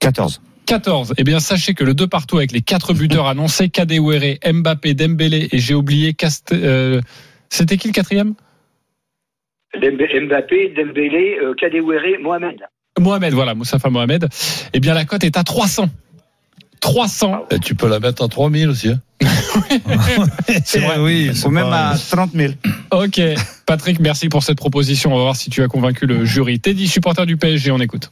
[SPEAKER 5] 14.
[SPEAKER 1] 14. Eh bien, sachez que le 2 partout avec les quatre buteurs annoncés, Kadewere, Mbappé, Dembélé et j'ai oublié Cast... euh, C'était qui le quatrième
[SPEAKER 10] Dembe- Mbappé, Dembélé, euh, Kadewere, Mohamed.
[SPEAKER 1] Mohamed, voilà, Moussafa Mohamed. Eh bien, la cote est à 300. 300.
[SPEAKER 6] Et tu peux la mettre à 3000 aussi. hein.
[SPEAKER 1] C'est vrai.
[SPEAKER 3] Eh oui,
[SPEAKER 5] Ou
[SPEAKER 3] c'est
[SPEAKER 5] même
[SPEAKER 3] pas-
[SPEAKER 5] à 30 000.
[SPEAKER 1] Ok. Patrick, merci pour cette proposition. On va voir si tu as convaincu le jury. Teddy, supporter du PSG, on écoute.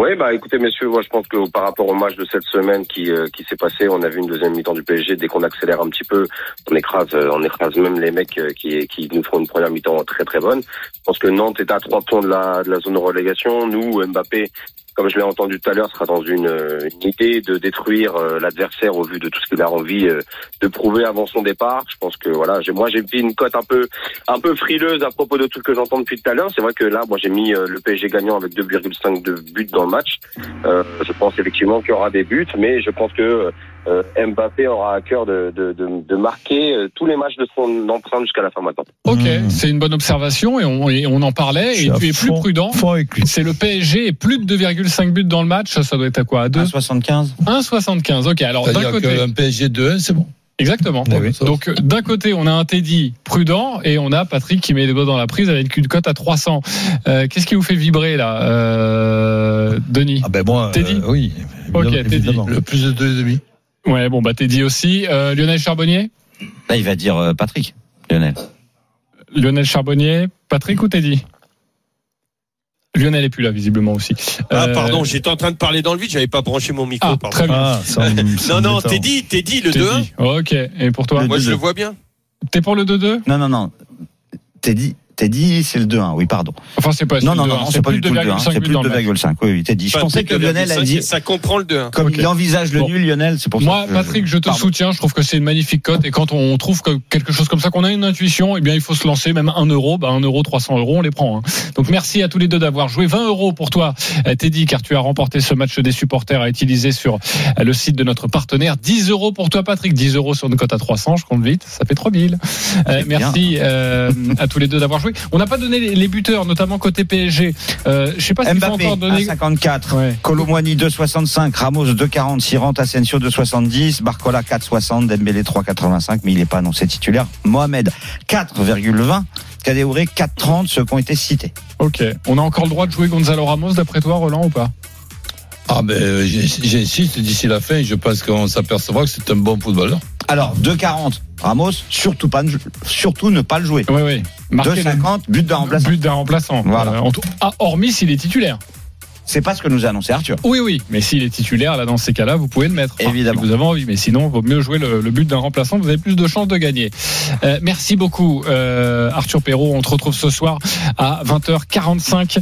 [SPEAKER 10] Oui, bah écoutez messieurs, moi je pense que par rapport au match de cette semaine qui euh, qui s'est passé, on a vu une deuxième mi-temps du PSG. Dès qu'on accélère un petit peu, on écrase, euh, on écrase même les mecs euh, qui qui nous font une première mi-temps très très bonne. Je pense que Nantes est à trois points de la de la zone de relégation. Nous, Mbappé, comme je l'ai entendu tout à l'heure, sera dans une, euh, une idée de détruire euh, l'adversaire au vu de tout ce qu'il a envie euh, de prouver avant son départ. Je pense que voilà, j'ai moi j'ai mis une cote un peu un peu frileuse à propos de tout ce que j'entends depuis tout à l'heure. C'est vrai que là, moi j'ai mis euh, le PSG gagnant avec 2,5 de buts dans le match. Euh, je pense effectivement qu'il y aura des buts, mais je pense que euh, Mbappé aura à cœur de, de, de, de marquer euh, tous les matchs de son empreinte jusqu'à la fin maintenant.
[SPEAKER 1] Ok,
[SPEAKER 6] Hmm.
[SPEAKER 3] Mmh.
[SPEAKER 1] c'est une bonne observation et on, et on en parlait.
[SPEAKER 3] Je suis
[SPEAKER 1] Et
[SPEAKER 3] à
[SPEAKER 1] tu es plus
[SPEAKER 3] fond-
[SPEAKER 1] prudent.
[SPEAKER 3] fond avec lui.
[SPEAKER 1] C'est le PSG et plus de 2,5 buts dans le match. Ça doit être à quoi À 2
[SPEAKER 5] 1,75.
[SPEAKER 1] 1,75. Ok, alors d'un
[SPEAKER 6] C'est-à-dire
[SPEAKER 1] côté.
[SPEAKER 6] qu'un PSG 2-1, c'est bon.
[SPEAKER 1] Exactement.
[SPEAKER 3] Eh
[SPEAKER 6] Ah oui.
[SPEAKER 1] Donc euh, d'un côté, on a un Teddy prudent et on a Patrick qui met les doigts dans la prise avec une cote à 300. Euh, Qu'est-ce qui vous fait vibrer là, euh, Denis
[SPEAKER 3] Ah ben moi,
[SPEAKER 1] Teddy
[SPEAKER 3] euh, oui.
[SPEAKER 1] Ok,
[SPEAKER 3] évidemment,
[SPEAKER 1] Teddy.
[SPEAKER 3] évidemment.
[SPEAKER 6] Le plus de 2,5.
[SPEAKER 1] Ouais, bon bah Teddy aussi. Euh, Lionel Charbonnier,
[SPEAKER 5] Là, il va dire euh, Patrick, Lionel.
[SPEAKER 1] Lionel Charbonnier, Patrick ou Teddy Lionel est plus là visiblement aussi.
[SPEAKER 4] Ah,
[SPEAKER 1] Euh,
[SPEAKER 4] pardon, j'étais en train de parler dans le vide, j'avais pas branché mon micro.
[SPEAKER 1] Ah,
[SPEAKER 4] pardon.
[SPEAKER 1] très bien.
[SPEAKER 3] Ah, ça me- ça
[SPEAKER 4] Non,
[SPEAKER 3] me
[SPEAKER 4] non,
[SPEAKER 3] détend.
[SPEAKER 4] Teddy, Teddy, le 2-1.
[SPEAKER 1] Teddy. Ok. Et pour toi,
[SPEAKER 4] Moi, je le vois bien.
[SPEAKER 1] t'es pour le 2-2
[SPEAKER 5] Non, non, non. T'es dit, t'es dit c'est le 2-1, oui, pardon.
[SPEAKER 1] Enfin, c'est pas.
[SPEAKER 5] Non, non,
[SPEAKER 1] le
[SPEAKER 5] non,
[SPEAKER 1] 2-1,
[SPEAKER 5] non, c'est pas du tout le 2-1,
[SPEAKER 1] 2,5
[SPEAKER 5] c'est
[SPEAKER 1] buts
[SPEAKER 5] plus de
[SPEAKER 1] dans le match.
[SPEAKER 5] 2,5. Oui, oui, t'as dit. Je
[SPEAKER 4] Enfin,
[SPEAKER 5] pensais que
[SPEAKER 4] Teddy,
[SPEAKER 5] Lionel a
[SPEAKER 4] 2,5,
[SPEAKER 5] dit,
[SPEAKER 4] Ça comprend le 2-1.
[SPEAKER 5] comme
[SPEAKER 1] ok.
[SPEAKER 5] il envisage le
[SPEAKER 1] Bon.
[SPEAKER 5] nul, Lionel, c'est pour ça.
[SPEAKER 1] Moi,
[SPEAKER 5] que je-
[SPEAKER 1] Patrick, je te
[SPEAKER 5] Pardon.
[SPEAKER 1] soutiens. Je trouve que c'est une magnifique cote. Et quand on trouve que quelque chose comme ça, qu'on a une intuition, eh bien, il faut se lancer. Même 1 euro, bah, 1 euro, 300 euros, on les prend. hein. Donc, merci à tous les deux d'avoir joué. 20 euros pour toi, euh, Teddy, car tu as remporté ce match des supporters à utiliser sur euh, le site de notre partenaire. 10 euros pour toi, Patrick. 10 euros sur une cote à 300. Je compte vite. Ça fait 3000. Euh,
[SPEAKER 5] C'est bien.
[SPEAKER 1] merci euh, à tous les deux d'avoir joué. On n'a pas donné les- les buteurs, notamment côté PSG. Euh, je sais pas s'il faut
[SPEAKER 5] Mbappé,
[SPEAKER 1] encore donner.
[SPEAKER 5] 1,54.
[SPEAKER 1] Ouais.
[SPEAKER 5] Colomwani 2,65, Ramos 2,40, Sirante Asensio 2,70, Barcola 4,60, Dembélé 3,85, mais il n'est pas annoncé titulaire. Mohamed 4,20, Kadewere 4,30, ceux qui ont été cités.
[SPEAKER 1] Ok. On a encore le droit de jouer Gonzalo Ramos, d'après toi, Roland, ou pas
[SPEAKER 6] Ah ben, euh, j'ins- j'insiste, d'ici la fin, je pense qu'on s'apercevra que c'est un bon footballeur.
[SPEAKER 5] Alors 2,40, Ramos, surtout, pas, ne- surtout ne pas le jouer.
[SPEAKER 1] Oui, oui. Marquez le-
[SPEAKER 5] 2,50, but d'un remplacement.
[SPEAKER 1] But d'un remplaçant.
[SPEAKER 5] Voilà.
[SPEAKER 1] Euh, en tout- ah, hormis s'il est titulaire.
[SPEAKER 5] C'est pas ce que nous a annoncé Arthur.
[SPEAKER 1] Oui, oui, mais s'il est titulaire, là, dans ces cas-là, vous pouvez le mettre. Enfin,
[SPEAKER 5] Évidemment.
[SPEAKER 1] si vous avez envie, mais sinon, vaut mieux jouer le, le but d'un remplaçant, vous avez plus de chances de gagner. Euh, merci beaucoup, euh, Arthur Perrault. On te retrouve ce soir à 20h45.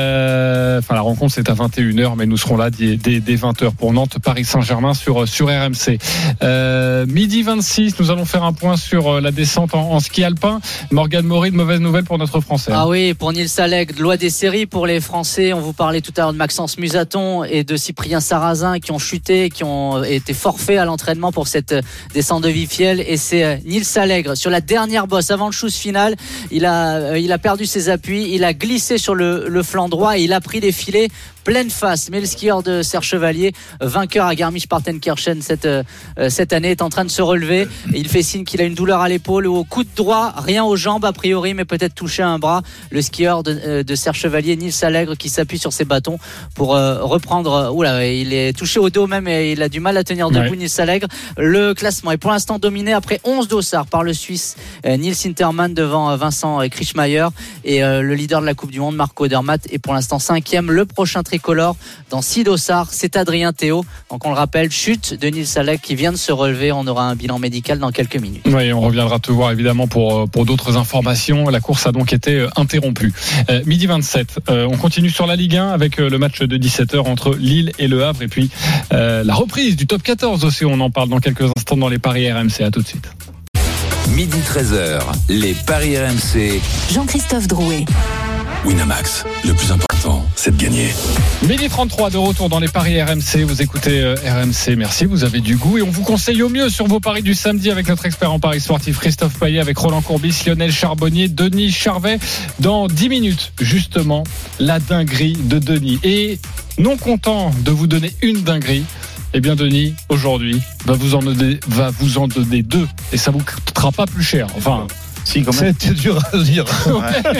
[SPEAKER 1] Euh, Enfin, la rencontre, c'est à 21h, mais nous serons là dès, dès- dès 20h pour Nantes, Paris Saint-Germain sur, sur RMC. Euh, midi 26, nous allons faire un point sur euh, la descente en, en ski alpin. Morgane Maury, de mauvaise nouvelle pour notre Français. hein.
[SPEAKER 7] Ah oui, pour Nils Alleg, loi des séries pour les Français. On vous parlait tout à l'heure de Maxence Musaton et de Cyprien Sarrazin qui ont chuté, qui ont euh, été forfaits à l'entraînement pour cette euh, descente de Vifiel. Et c'est euh, Nils Allègre sur la dernière bosse avant le chose final. Il a, euh, il a perdu ses appuis, il a glissé sur le, le flanc droit et il a pris des filets pleine face. Mais le skieur de Serre Chevalier, vainqueur à Garmisch-Partenkirchen cette, euh, euh, cette année, est en train de se relever. Et il fait signe qu'il a une douleur à l'épaule ou au coude droit, rien aux jambes a priori, mais peut-être touché à un bras. Le skieur de, euh, de Serre Chevalier, Nils Allègre, qui s'appuie sur ses bâtons pour euh, reprendre. Oula, il est touché au dos même et il a du mal à tenir debout,
[SPEAKER 1] Ouais.
[SPEAKER 7] Nils Allègre. Le classement est pour l'instant dominé après 11 dossards par le Suisse euh, Nils Hintermann devant euh, Vincent euh, Kriechmeier et euh, le leader de la Coupe du Monde, Marco Odermatt, est pour l'instant cinquième. Le prochain tricolore dans six dossards, c'est Adrien Théo. Donc on le rappelle, chute de Nils Salek qui vient de se relever. On aura un bilan médical dans quelques minutes.
[SPEAKER 1] Oui, on reviendra te voir évidemment pour, euh, pour d'autres informations. La course a donc été euh, interrompue. Euh, midi 27, euh, on continue sur la Ligue 1 avec euh, le match de 17h entre Lille et Le Havre et puis euh, la reprise du top 14 aussi. On en parle dans quelques instants dans les paris RMC. À tout de suite.
[SPEAKER 8] Midi 13h, les Paris RMC.
[SPEAKER 2] Jean-Christophe Drouet.
[SPEAKER 11] Winamax, le plus important, c'est de gagner.
[SPEAKER 1] Midi 33 de retour dans les paris RMC. Vous écoutez euh, RMC, merci, vous avez du goût et on vous conseille au mieux sur vos paris du samedi avec notre expert en paris sportif Christophe Payet, avec Roland Courbis, Lionel Charbonnier, Denis Charvet. Dans 10 minutes, justement, la dinguerie de Denis. Et non content de vous donner une dinguerie, eh bien Denis, aujourd'hui, va vous en donner, va vous en donner deux et ça vous coûtera pas plus cher. Enfin,
[SPEAKER 5] Si, quand même.
[SPEAKER 3] C'était dur à dire.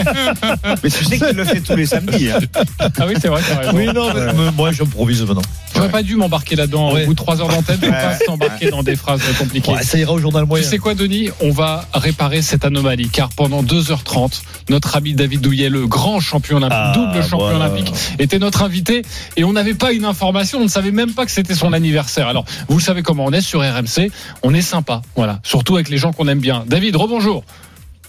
[SPEAKER 5] Mais tu sais qu'il le fait tous les samedis. hein.
[SPEAKER 1] ah oui, c'est vrai, c'est vrai.
[SPEAKER 3] Oui, non, mais, mais moi j'improvise maintenant.
[SPEAKER 1] J'aurais pas dû m'embarquer là-dedans.
[SPEAKER 3] Ouais.
[SPEAKER 1] Au bout de 3 heures d'antenne, faut pas s'embarquer dans des phrases compliquées.
[SPEAKER 3] Ouais, ça ira au journal
[SPEAKER 1] Tu
[SPEAKER 3] moyen.
[SPEAKER 1] sais quoi, Denis On va réparer cette anomalie, car pendant 2h30, notre ami David Douillet, le grand champion olympique,
[SPEAKER 3] Ah,
[SPEAKER 1] double champion
[SPEAKER 3] voilà.
[SPEAKER 1] olympique, était notre invité et on n'avait pas une information, on ne savait même pas que c'était son anniversaire. Alors, vous savez comment on est sur RMC, on est sympa, voilà, surtout avec les gens qu'on aime bien. David, rebonjour.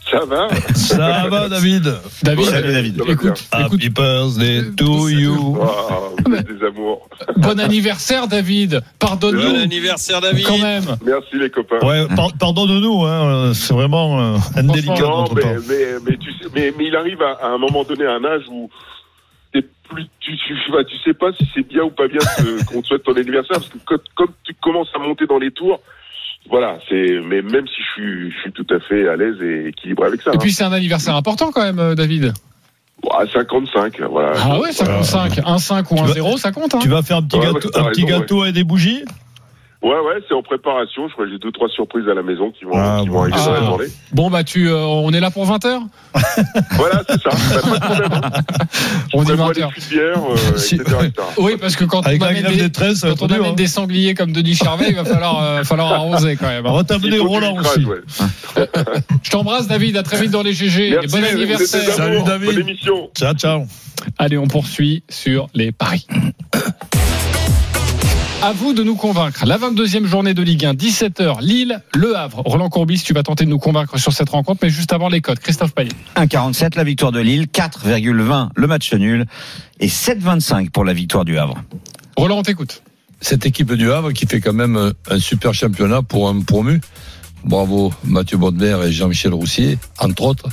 [SPEAKER 10] Ça va
[SPEAKER 3] Ça va, David Ah,
[SPEAKER 1] David,
[SPEAKER 3] Salut, David.
[SPEAKER 1] écoute, écoute,
[SPEAKER 3] Happy birthday to you.
[SPEAKER 10] Waouh, vous êtes des amours.
[SPEAKER 1] bon anniversaire, David.
[SPEAKER 4] Bon
[SPEAKER 1] Pardonne-nous
[SPEAKER 4] anniversaire, David.
[SPEAKER 1] quand même.
[SPEAKER 10] Merci les copains.
[SPEAKER 3] Ouais, par- pardonne-nous, hein, c'est vraiment euh, indélicat de
[SPEAKER 10] Non,
[SPEAKER 3] notre
[SPEAKER 10] mais,
[SPEAKER 3] part.
[SPEAKER 10] mais, mais tu sais, mais, mais il arrive à, à un moment donné, à un âge où t'es plus, tu, tu, bah, tu sais pas si c'est bien ou pas bien que- qu'on te souhaite ton anniversaire, parce que quand, comme tu commences à monter dans les tours, voilà, c'est. Mais même si je suis, je suis tout à fait à l'aise et équilibré avec ça.
[SPEAKER 1] Et
[SPEAKER 10] hein.
[SPEAKER 1] puis c'est un anniversaire important quand même, euh, David.
[SPEAKER 10] Bon, à 55, voilà.
[SPEAKER 1] Ah ouais, ça compte 5. 1 5 ou
[SPEAKER 3] Tu
[SPEAKER 1] 1
[SPEAKER 3] vas-
[SPEAKER 1] 0, ça compte. hein.
[SPEAKER 3] Tu vas faire un petit
[SPEAKER 10] Ouais,
[SPEAKER 3] gâteau,
[SPEAKER 10] ouais, t'as
[SPEAKER 3] un petit
[SPEAKER 10] raison,
[SPEAKER 3] gâteau et des bougies
[SPEAKER 10] Ouais, ouais, c'est en préparation. Je crois que j'ai deux, trois surprises à la maison qui vont,
[SPEAKER 3] Ah,
[SPEAKER 10] qui
[SPEAKER 3] bon.
[SPEAKER 10] vont arriver dans la
[SPEAKER 1] Ah.
[SPEAKER 10] journée.
[SPEAKER 1] Bon bah tu, euh, on est là pour 20 h
[SPEAKER 10] Voilà, c'est ça. Bah, pas de problème. hein.
[SPEAKER 1] On dit
[SPEAKER 10] Après, moi,
[SPEAKER 1] 20
[SPEAKER 10] les
[SPEAKER 1] h
[SPEAKER 10] cuits de bière, euh,
[SPEAKER 3] Si-
[SPEAKER 10] etc., etc.
[SPEAKER 1] Oui, parce que quand
[SPEAKER 3] Avec
[SPEAKER 1] on
[SPEAKER 3] la
[SPEAKER 1] amène
[SPEAKER 3] grève
[SPEAKER 1] des-
[SPEAKER 3] des 13, ça va
[SPEAKER 1] Quand on
[SPEAKER 3] être dur,
[SPEAKER 1] amène
[SPEAKER 3] hein.
[SPEAKER 1] des sangliers comme Denis Charvet, il va falloir, euh, falloir arroser quand même.
[SPEAKER 3] On
[SPEAKER 1] hein.
[SPEAKER 3] va t'amener
[SPEAKER 10] Il faut que
[SPEAKER 3] Roland
[SPEAKER 10] tu craques,
[SPEAKER 3] aussi.
[SPEAKER 10] ouais.
[SPEAKER 1] Je t'embrasse David, à très vite dans les GG. et
[SPEAKER 10] Merci,
[SPEAKER 1] bon
[SPEAKER 10] vous êtes des
[SPEAKER 1] anniversaire.
[SPEAKER 10] amours.
[SPEAKER 3] Salut, David.
[SPEAKER 10] Bonne émission.
[SPEAKER 3] Ciao, ciao.
[SPEAKER 1] Allez, on poursuit sur les paris. À vous de nous convaincre. La 22e journée de Ligue 1, 17h, Lille, Le Havre. Roland Courbis, tu vas tenter de nous convaincre sur cette rencontre, mais juste avant les codes. Christophe Payet.
[SPEAKER 5] 1,47 la victoire de Lille, 4,20 le match nul et 7,25 pour la victoire du Havre.
[SPEAKER 1] Roland, on t'écoute.
[SPEAKER 6] cette équipe du Havre qui fait quand même euh, un super championnat pour un promu. Bravo Mathieu Baudemer et Jean-Michel Roussier, entre autres.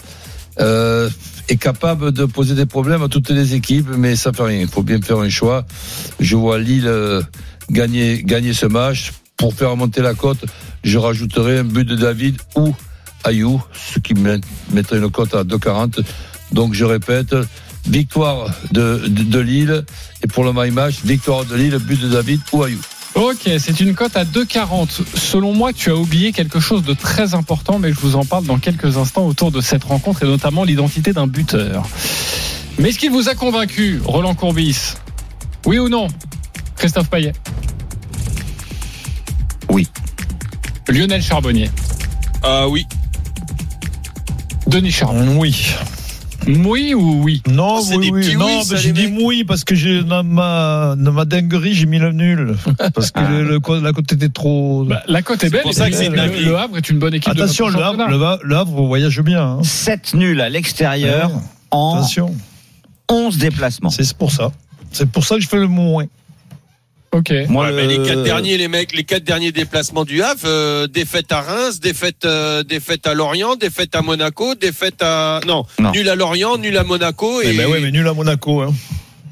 [SPEAKER 6] Euh, est capable de poser des problèmes à toutes les équipes, mais ça fait rien. Il faut bien faire un choix. Je vois Lille euh, gagner, gagner ce match. Pour faire monter la cote, je rajouterai un but de David ou Ayou, ce qui me- mettrait une cote à 2,40. Donc je répète, victoire de, de, de Lille. Et pour le My Match, victoire de Lille, but de David ou Ayou.
[SPEAKER 1] Ok, c'est une cote à 2,40. Selon moi, tu as oublié quelque chose de très important, mais je vous en parle dans quelques instants autour de cette rencontre et notamment l'identité d'un buteur. Mais est-ce qu'il vous a convaincu, Roland Courbis Oui ou non Christophe Payet
[SPEAKER 5] Oui.
[SPEAKER 1] Lionel Charbonnier
[SPEAKER 4] Ah oui.
[SPEAKER 1] Denis Charbon
[SPEAKER 3] Oui.
[SPEAKER 1] Moui ou oui
[SPEAKER 3] Non,
[SPEAKER 4] Oh, C'est
[SPEAKER 3] oui,
[SPEAKER 4] des
[SPEAKER 3] oui.
[SPEAKER 4] petits
[SPEAKER 3] Non,
[SPEAKER 4] oui,
[SPEAKER 3] mais
[SPEAKER 4] ça,
[SPEAKER 3] j'ai
[SPEAKER 4] les
[SPEAKER 3] dit
[SPEAKER 4] mecs.
[SPEAKER 3] oui parce que j'ai- dans ma, dans ma dinguerie, j'ai mis le nul. Parce que le, le co- la côte était trop.
[SPEAKER 1] Bah, La côte est belle.
[SPEAKER 4] pour
[SPEAKER 1] et
[SPEAKER 4] ça que
[SPEAKER 1] puis,
[SPEAKER 4] Ah. c'est une
[SPEAKER 1] le-
[SPEAKER 4] dinguerie.
[SPEAKER 1] Le Havre est une bonne équipe. de
[SPEAKER 3] Attention,
[SPEAKER 1] notre
[SPEAKER 3] le Havre,
[SPEAKER 1] championnat.
[SPEAKER 3] le Va- le Havre voyage bien. hein.
[SPEAKER 5] 7 nuls à l'extérieur
[SPEAKER 3] Ouais,
[SPEAKER 5] en
[SPEAKER 3] Attention,
[SPEAKER 5] 11 déplacements.
[SPEAKER 3] c'est pour ça. C'est pour ça que je fais le moins.
[SPEAKER 1] Ok.
[SPEAKER 5] Moi,
[SPEAKER 4] Ouais, mais les
[SPEAKER 5] le-
[SPEAKER 4] quatre derniers, les mecs, les quatre derniers déplacements du Havre, euh, défaite à Reims, défaite, euh, défaite à Lorient, défaite à Monaco, défaite à non,
[SPEAKER 5] Non.
[SPEAKER 4] nul à Lorient, nul à Monaco et
[SPEAKER 3] Eh ben ouais, mais nul à Monaco. hein.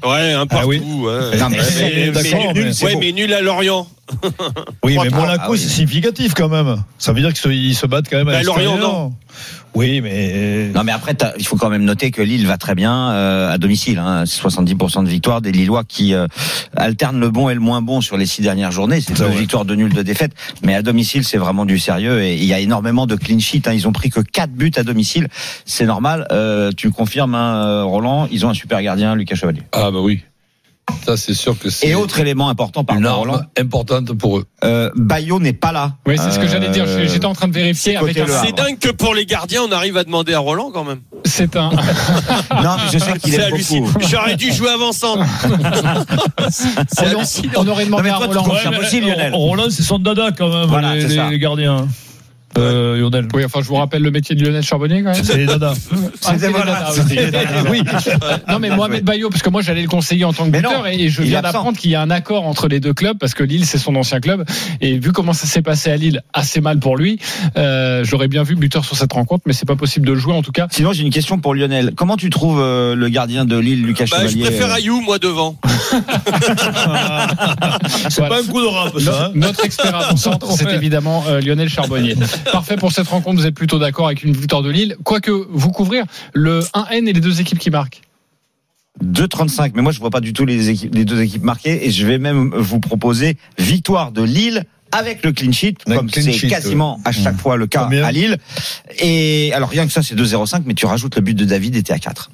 [SPEAKER 4] ouais, un
[SPEAKER 1] Ah
[SPEAKER 4] partout.
[SPEAKER 3] oui.
[SPEAKER 4] hein.
[SPEAKER 5] Non, mais
[SPEAKER 4] Ouais,
[SPEAKER 5] c'est-
[SPEAKER 4] mais-
[SPEAKER 3] d'accord,
[SPEAKER 4] mais-
[SPEAKER 3] mais c'est
[SPEAKER 4] ouais,
[SPEAKER 3] bon.
[SPEAKER 4] mais nul à Lorient.
[SPEAKER 3] Oui,
[SPEAKER 5] Trois
[SPEAKER 3] mais
[SPEAKER 5] points.
[SPEAKER 3] Monaco,
[SPEAKER 5] Ah oui.
[SPEAKER 3] c'est significatif quand même. Ça veut dire qu'ils se, ils se battent quand même à
[SPEAKER 4] Bah, Lorient,
[SPEAKER 3] l'extérieur.
[SPEAKER 4] non.
[SPEAKER 3] Oui, mais. euh,
[SPEAKER 5] Non mais après t'as- il faut quand même noter que Lille va très bien euh, à domicile hein, 70% de victoire des Lillois qui euh, alternent le bon et le moins bon sur les six dernières journées c'est deux victoires de nul de défaite mais à domicile c'est vraiment du sérieux et il y a énormément de clean sheet hein. ils ont pris que quatre buts à domicile c'est normal euh, tu me confirmes hein, euh, Roland ils ont un super gardien Lucas Chevalier
[SPEAKER 6] Ah bah oui. Ça c'est sûr que c'est
[SPEAKER 5] et autre élément important par
[SPEAKER 6] une
[SPEAKER 5] rapport à Roland
[SPEAKER 6] arme importante pour eux.
[SPEAKER 5] euh, Bayo n'est pas là
[SPEAKER 1] Oui, c'est ce que j'allais dire.
[SPEAKER 5] Euh,
[SPEAKER 1] J'étais en train de vérifier.
[SPEAKER 5] c'est
[SPEAKER 1] avec
[SPEAKER 5] côté
[SPEAKER 1] un-
[SPEAKER 5] le Havre.
[SPEAKER 4] C'est dingue que pour les gardiens, on arrive à demander à Roland quand même.
[SPEAKER 1] C'est un.
[SPEAKER 5] non mais je sais qu'il
[SPEAKER 4] C'est
[SPEAKER 5] est
[SPEAKER 4] hallucinant.
[SPEAKER 5] beaucoup
[SPEAKER 4] J'aurais dû jouer avant Sandre. C'est
[SPEAKER 1] On,
[SPEAKER 4] hallucinant.
[SPEAKER 1] on aurait demandé
[SPEAKER 5] Non,
[SPEAKER 1] à
[SPEAKER 5] mais toi, tu
[SPEAKER 1] Roland.
[SPEAKER 5] comprends. C'est impossible, Lionel.
[SPEAKER 3] Roland, c'est son dada quand même,
[SPEAKER 5] Voilà,
[SPEAKER 3] les,
[SPEAKER 5] c'est ça.
[SPEAKER 3] les gardiens. Euh, Lionel.
[SPEAKER 1] Oui, enfin, je vous rappelle le métier de Lionel Charbonnier quand même.
[SPEAKER 3] C'est les dadas.
[SPEAKER 1] Ah, c'est
[SPEAKER 5] voilà,
[SPEAKER 1] les dadas
[SPEAKER 5] c'est
[SPEAKER 1] aussi.
[SPEAKER 5] les dadas.
[SPEAKER 1] Oui. Non, mais Mohamed Bayo, parce que moi j'allais le conseiller en tant que
[SPEAKER 5] Mais
[SPEAKER 1] buteur
[SPEAKER 5] non,
[SPEAKER 1] et je
[SPEAKER 5] il est
[SPEAKER 1] viens
[SPEAKER 5] absent.
[SPEAKER 1] d'apprendre qu'il y a un accord entre les deux clubs parce que Lille c'est son ancien club et vu comment ça s'est passé à Lille, assez mal pour lui. Euh, J'aurais bien vu buteur sur cette rencontre, mais c'est pas possible de le jouer en tout cas.
[SPEAKER 5] Sinon, j'ai une question pour Lionel. Comment tu trouves euh, le gardien de Lille, Lucas
[SPEAKER 4] Bah, je
[SPEAKER 5] Chevalier
[SPEAKER 4] préfère
[SPEAKER 5] euh,
[SPEAKER 4] Ayou, moi, devant.
[SPEAKER 3] C'est
[SPEAKER 1] Voilà.
[SPEAKER 3] pas un coup de rap, ça. hein.
[SPEAKER 1] Notre, notre expert avant-centre, c'est évidemment euh, Lionel Charbonnier. Parfait pour cette rencontre, vous êtes plutôt d'accord avec une victoire de Lille. Quoique vous couvrir le 1N et les deux équipes qui marquent.
[SPEAKER 5] 2,35. Mais moi, je vois pas du tout les, équipes- les deux équipes marquées. Et je vais même vous proposer victoire de Lille avec le clean sheet,
[SPEAKER 3] Avec
[SPEAKER 5] comme
[SPEAKER 3] clean
[SPEAKER 5] c'est
[SPEAKER 3] sheet,
[SPEAKER 5] quasiment à
[SPEAKER 1] Mmh.
[SPEAKER 5] chaque fois le cas
[SPEAKER 3] Combien
[SPEAKER 5] à Lille. Et alors, rien que ça, c'est 2,05, mais tu rajoutes le but de David et t'es à 4.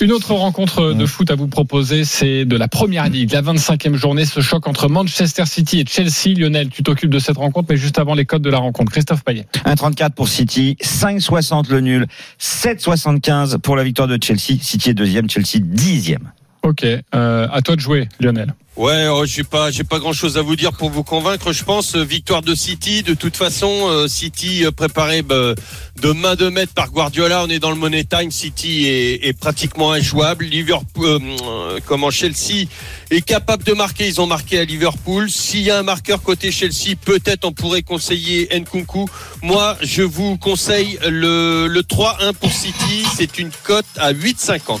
[SPEAKER 1] Une autre rencontre euh, de foot à vous proposer, c'est de la première ligue, la 25e journée, ce choc entre Manchester City et Chelsea. Lionel, tu t'occupes de cette rencontre, mais juste avant les codes de la rencontre. Christophe Payet.
[SPEAKER 5] 1,34 pour City, 5,60 le nul, 7,75 pour la victoire de Chelsea. City est deuxième, Chelsea dixième.
[SPEAKER 1] Ok, euh, à toi de jouer, Lionel.
[SPEAKER 4] Ouais, oh, j'ai pas, j'ai pas grand chose à vous dire pour vous convaincre. Je pense Euh, victoire de City. De toute façon, euh, City euh, préparé bah, de main de maître par Guardiola. On est dans le money time. City est, est pratiquement injouable. Liverpool, euh, euh, comment Chelsea est capable de marquer. Ils ont marqué à Liverpool. S'il y a un marqueur côté Chelsea, peut-être on pourrait conseiller Nkunku. Moi, je vous conseille le, le 3-1 pour City. C'est une cote à 8,50.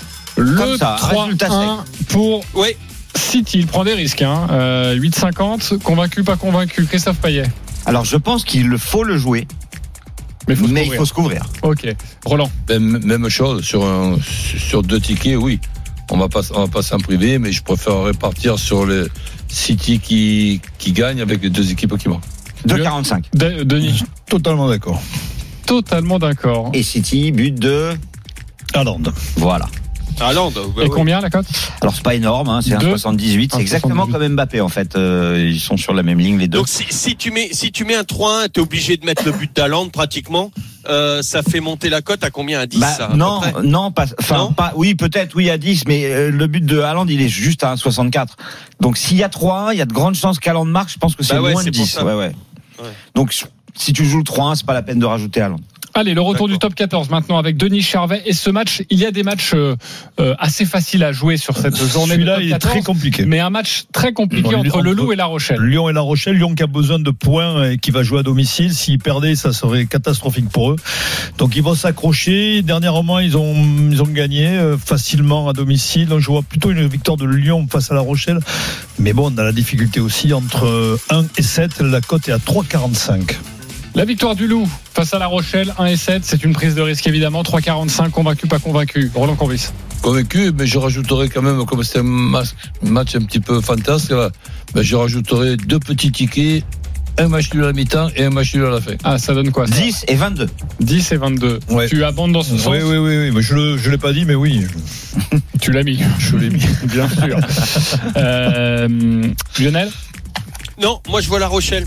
[SPEAKER 1] Le
[SPEAKER 5] Comme ça, résultat
[SPEAKER 1] 3-1 pour
[SPEAKER 4] Ouais.
[SPEAKER 1] City. Il prend des risques, hein. Euh, 8,50. Convaincu, pas convaincu. Christophe Payet.
[SPEAKER 5] Alors, je pense qu'il faut le jouer,
[SPEAKER 1] Mais, faut se
[SPEAKER 5] mais il
[SPEAKER 1] couvrir.
[SPEAKER 5] faut se couvrir.
[SPEAKER 1] Ok. Roland.
[SPEAKER 6] Même, même chose sur un- sur deux tickets, oui. On va pas on va pas s'en priver, mais je préférerais partir sur le City qui qui gagne avec les deux équipes qui marquent.
[SPEAKER 5] 2,45.
[SPEAKER 1] De- Denis.
[SPEAKER 3] Totalement d'accord.
[SPEAKER 1] Totalement d'accord.
[SPEAKER 5] Mmh. Et City, but de...
[SPEAKER 3] Hollande.
[SPEAKER 5] Voilà.
[SPEAKER 4] Haaland. bah
[SPEAKER 1] Et
[SPEAKER 4] oui.
[SPEAKER 1] combien la cote
[SPEAKER 5] Alors c'est pas énorme, hein, c'est
[SPEAKER 1] Deux.
[SPEAKER 5] 1,78. C'est exactement
[SPEAKER 1] 1,78.
[SPEAKER 5] comme Mbappé en fait. Euh, ils sont sur la même ligne les deux.
[SPEAKER 4] Donc si, si tu mets si tu mets un 3-1, t'es obligé de mettre le but d'Alande pratiquement. Euh, ça fait monter la cote à combien à 10
[SPEAKER 5] Bah,
[SPEAKER 4] ça, à peu
[SPEAKER 5] non,
[SPEAKER 4] près
[SPEAKER 5] non, pas, enfin
[SPEAKER 4] Non
[SPEAKER 5] pas. Oui, peut-être, oui à 10, mais euh, le but de Haaland il est juste à 1,64. Donc s'il y a 3-1, il y a de grandes chances qu'Haaland marque. Je pense que c'est
[SPEAKER 4] Bah ouais,
[SPEAKER 5] moins de
[SPEAKER 4] c'est pour
[SPEAKER 5] 10.
[SPEAKER 4] ça.
[SPEAKER 5] Ouais, ouais.
[SPEAKER 4] Ouais.
[SPEAKER 5] Donc je- si tu joues le 3-1, c'est pas la peine de rajouter Haaland.
[SPEAKER 1] Allez, le retour du
[SPEAKER 4] D'accord.
[SPEAKER 1] top 14 maintenant avec Denis Charvet. Et ce match, il y a des matchs euh, euh, assez faciles à jouer sur cette journée. du
[SPEAKER 3] Celui-là,
[SPEAKER 1] top
[SPEAKER 3] il est
[SPEAKER 1] 14,
[SPEAKER 3] très compliqué.
[SPEAKER 1] Mais un match très compliqué
[SPEAKER 3] Dans le-
[SPEAKER 1] entre le
[SPEAKER 3] entre-
[SPEAKER 1] Loup et la Rochelle.
[SPEAKER 3] Lyon et La Rochelle, Lyon qui a besoin de points et qui va jouer à domicile. S'ils perdaient, ça serait catastrophique pour eux. Donc ils vont s'accrocher. Dernièrement, ils ont, ils ont gagné euh, facilement à domicile. Donc je vois plutôt une victoire de Lyon face à La Rochelle. Mais bon, on a la difficulté aussi entre euh, 1 et 7. La cote est à 3,45.
[SPEAKER 1] La victoire du Loup face à la Rochelle, 1 et 7, c'est une prise de risque évidemment. 3,45, convaincu, pas convaincu. Roland Corbis.
[SPEAKER 6] Convaincu, mais je rajouterai quand même, comme c'était un mas- match un petit peu fantasque, là, ben, je rajouterai deux petits tickets, un match nul à la mi-temps et un match nul à la fin.
[SPEAKER 1] Ah, ça donne quoi ça
[SPEAKER 5] 10 et 22.
[SPEAKER 1] 10 et 22.
[SPEAKER 3] Ouais.
[SPEAKER 1] Tu abandes dans ce
[SPEAKER 3] Oui,
[SPEAKER 1] sens
[SPEAKER 3] oui, oui, oui. Mais je ne l'ai pas dit, mais oui.
[SPEAKER 1] Tu l'as mis. Je l'ai mis. Bien sûr. Euh, Lionel
[SPEAKER 4] Non, moi je vois La Rochelle.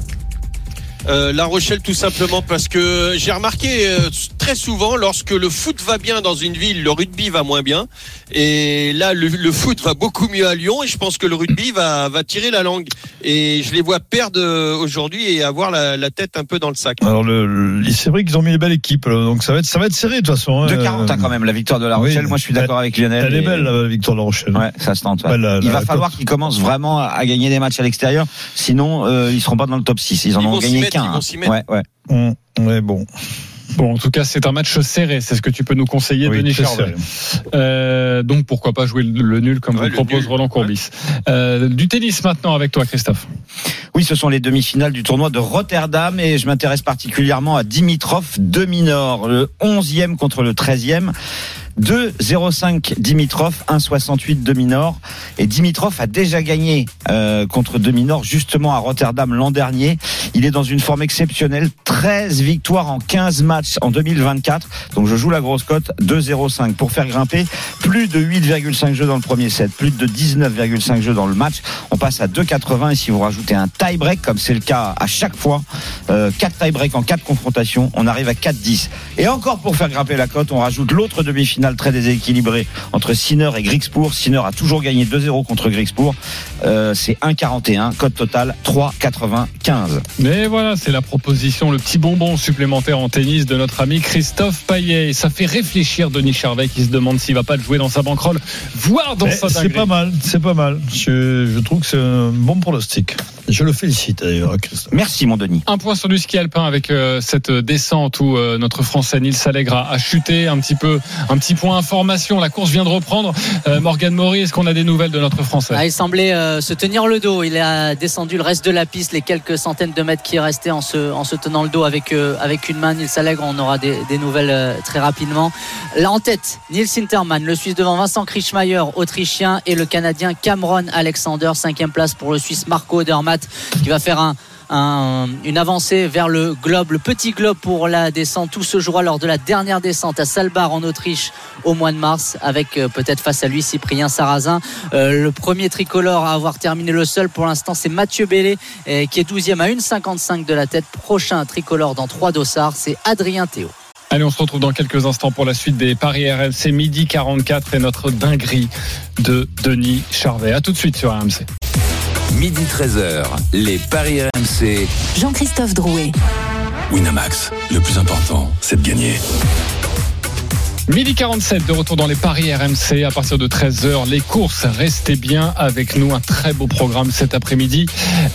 [SPEAKER 4] Euh, la Rochelle tout simplement parce que j'ai remarqué euh, très très souvent, lorsque le foot va bien dans une ville, le rugby va moins bien. Et là, le, le foot va beaucoup mieux à Lyon et je pense que le rugby va, va tirer la langue. Et je les vois perdre euh, aujourd'hui et avoir la, la tête un peu dans le sac.
[SPEAKER 3] Alors, le- le- c'est vrai qu'ils ont mis une belle équipe, là, donc ça va être, ça va être serré de toute façon.
[SPEAKER 5] De
[SPEAKER 3] hein.
[SPEAKER 5] 40 hein, quand même, la victoire de La
[SPEAKER 3] Oui.
[SPEAKER 5] Rochelle. Moi, je suis d'accord avec Lionel.
[SPEAKER 3] Elle
[SPEAKER 5] Et-
[SPEAKER 3] est belle, la victoire de La Rochelle.
[SPEAKER 5] Ouais, ça se tente. ouais.
[SPEAKER 3] Ouais, la-
[SPEAKER 5] il
[SPEAKER 3] la-
[SPEAKER 5] va
[SPEAKER 3] la
[SPEAKER 5] falloir
[SPEAKER 3] cote.
[SPEAKER 5] qu'ils commencent vraiment à, à gagner des matchs à l'extérieur. Sinon, euh, ils seront pas dans le top 6. Ils en
[SPEAKER 4] Ils
[SPEAKER 5] ont
[SPEAKER 4] vont s'y
[SPEAKER 5] gagné
[SPEAKER 4] mettre,
[SPEAKER 5] qu'un.
[SPEAKER 4] ils vont
[SPEAKER 5] hein.
[SPEAKER 4] s'y mettre.
[SPEAKER 5] Ouais, ouais.
[SPEAKER 3] Hum, ouais, bon.
[SPEAKER 1] Bon, en tout cas, c'est un match serré. C'est ce que tu peux nous conseiller,
[SPEAKER 3] Oui,
[SPEAKER 1] Denis
[SPEAKER 3] très
[SPEAKER 1] Charvet.
[SPEAKER 3] serré.
[SPEAKER 1] Euh, donc, pourquoi pas jouer le, le nul comme
[SPEAKER 4] Ouais,
[SPEAKER 1] vous
[SPEAKER 4] le
[SPEAKER 1] propose
[SPEAKER 4] nul.
[SPEAKER 1] Roland Courbis. Euh, du tennis maintenant avec toi, Christophe.
[SPEAKER 5] Oui, ce sont les demi-finales du tournoi de Rotterdam et je m'intéresse particulièrement à Dimitrov de Minor, le 11e contre le 13e. 2-0-5 Dimitrov, 1-68 de Minor. Et Dimitrov a déjà gagné euh, contre de Minor justement à Rotterdam l'an dernier. Il est dans une forme exceptionnelle, 13 victoires en 15 matchs en 2024. Donc je joue la grosse cote 2-0-5 pour faire grimper plus de 8,5 jeux dans le premier set, plus de 19,5 jeux dans le match. On passe à 2,80 et si vous rajoutez un tie break, comme c'est le cas à chaque fois, 4 tie break en 4 confrontations, on arrive à 4-10. Et encore pour faire grimper la cote, on rajoute l'autre demi-finale très déséquilibrée entre Sinner et Grigsbourg. Sinner a toujours gagné 2-0 contre Grigsbourg. Euh, c'est 1,41, cote totale 3,95.
[SPEAKER 1] Mais voilà, c'est la proposition, le petit bonbon supplémentaire en tennis de notre ami Christophe Payet. Et ça fait réfléchir Denis Charvet qui se demande s'il va pas le jouer dans sa bankroll, voire dans
[SPEAKER 3] Mais
[SPEAKER 1] sa
[SPEAKER 3] C'est
[SPEAKER 1] dinguerie.
[SPEAKER 3] pas mal, c'est pas mal. Je, je trouve que c'est un bon pronostic. Je le félicite d'ailleurs, Christophe.
[SPEAKER 5] Merci mon Denis.
[SPEAKER 1] Un point sur du ski alpin avec euh, cette descente où euh, notre Français Nils Allegra a, a chuté un petit peu. Un petit point information, la course vient de reprendre. Euh, Morgan Maury, est-ce qu'on a des nouvelles de notre Français
[SPEAKER 7] Ah, il semblait euh, se tenir le dos. Il a descendu le reste de la piste, les quelques centaines de mètres qui restaient en se, en se tenant le dos avec, euh, avec une main. Nils Allègre, on aura des, des nouvelles euh, très rapidement. Là en tête, Nils Sinterman, le Suisse devant Vincent Krichmayer, Autrichien, et le Canadien Cameron Alexander. Cinquième place pour le Suisse Marco Odermatt qui va faire un, un- une avancée vers le globe, le petit globe pour la descente. Tout se jouera lors de la dernière descente à Salbar en Autriche au mois de mars, avec euh, peut-être face à lui Cyprien Sarrazin. Euh, le premier tricolore à avoir terminé le seul pour l'instant, c'est Mathieu Bellé, euh, qui est 12e à 1,55 de la tête. Prochain tricolore dans trois dossards, c'est Adrien Théo.
[SPEAKER 1] Allez, on se retrouve dans quelques instants pour la suite des Paris RMC, midi 44 et notre dinguerie de Denis Charvet. À tout de suite sur RMC.
[SPEAKER 8] Midi 13h, les Paris RMC.
[SPEAKER 2] Jean-Christophe Drouet.
[SPEAKER 11] Winamax, le plus important, c'est de gagner.
[SPEAKER 1] Midi 47 de retour dans les Paris RMC à partir de 13h. Les courses, restez bien avec nous. Un très beau programme cet après-midi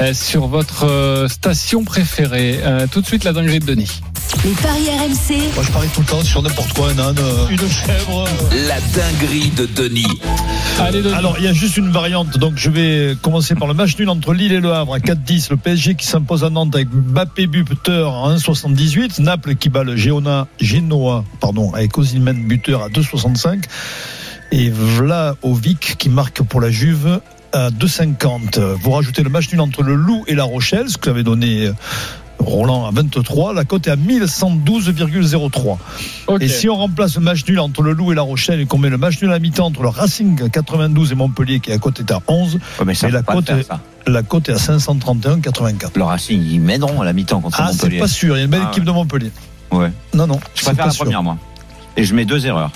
[SPEAKER 1] euh, sur votre euh, station préférée. Euh, tout de suite la dinguerie de Denis.
[SPEAKER 2] Les paris RMC.
[SPEAKER 3] Moi, je parie tout le temps sur n'importe quoi, un âne. euh,
[SPEAKER 1] Une chèvre.
[SPEAKER 8] La dinguerie de Denis.
[SPEAKER 1] Allez Denis.
[SPEAKER 3] Alors, il y a juste une variante. Donc, je vais commencer par le match nul entre Lille et Le Havre à 4-10. Le PSG qui s'impose à Nantes avec Mbappé buteur à 1,78. Naples qui bat le Géona, Genoa pardon, avec Osimhen buteur à 2,65. Et Vlahovic qui marque pour la Juve à 2,50. Vous rajoutez le match nul entre le Loup et La Rochelle, ce que avait donné euh, Roland à 23. La cote est à 1112,03.
[SPEAKER 1] Ok.
[SPEAKER 3] Et si on remplace le match nul entre le Loup et la Rochelle et qu'on met le match nul à mi-temps entre le Racing 92 et Montpellier qui est à côté est à 11,
[SPEAKER 5] Oh, mais ça,
[SPEAKER 3] Mais
[SPEAKER 5] faut
[SPEAKER 3] la
[SPEAKER 5] pas le
[SPEAKER 3] cote
[SPEAKER 5] faire,
[SPEAKER 3] est-
[SPEAKER 5] ça.
[SPEAKER 3] la cote est à 531,84.
[SPEAKER 5] Le Racing, ils mèneront à la mi-temps contre
[SPEAKER 3] Ah, c'est
[SPEAKER 5] Montpellier.
[SPEAKER 3] pas sûr, il y a une belle
[SPEAKER 5] Ah,
[SPEAKER 3] équipe de Montpellier.
[SPEAKER 5] Ouais.
[SPEAKER 3] Non, non.
[SPEAKER 5] Je
[SPEAKER 3] c'est
[SPEAKER 5] préfère
[SPEAKER 3] pas
[SPEAKER 5] la
[SPEAKER 3] sûr.
[SPEAKER 5] première, moi. Et je mets deux erreurs.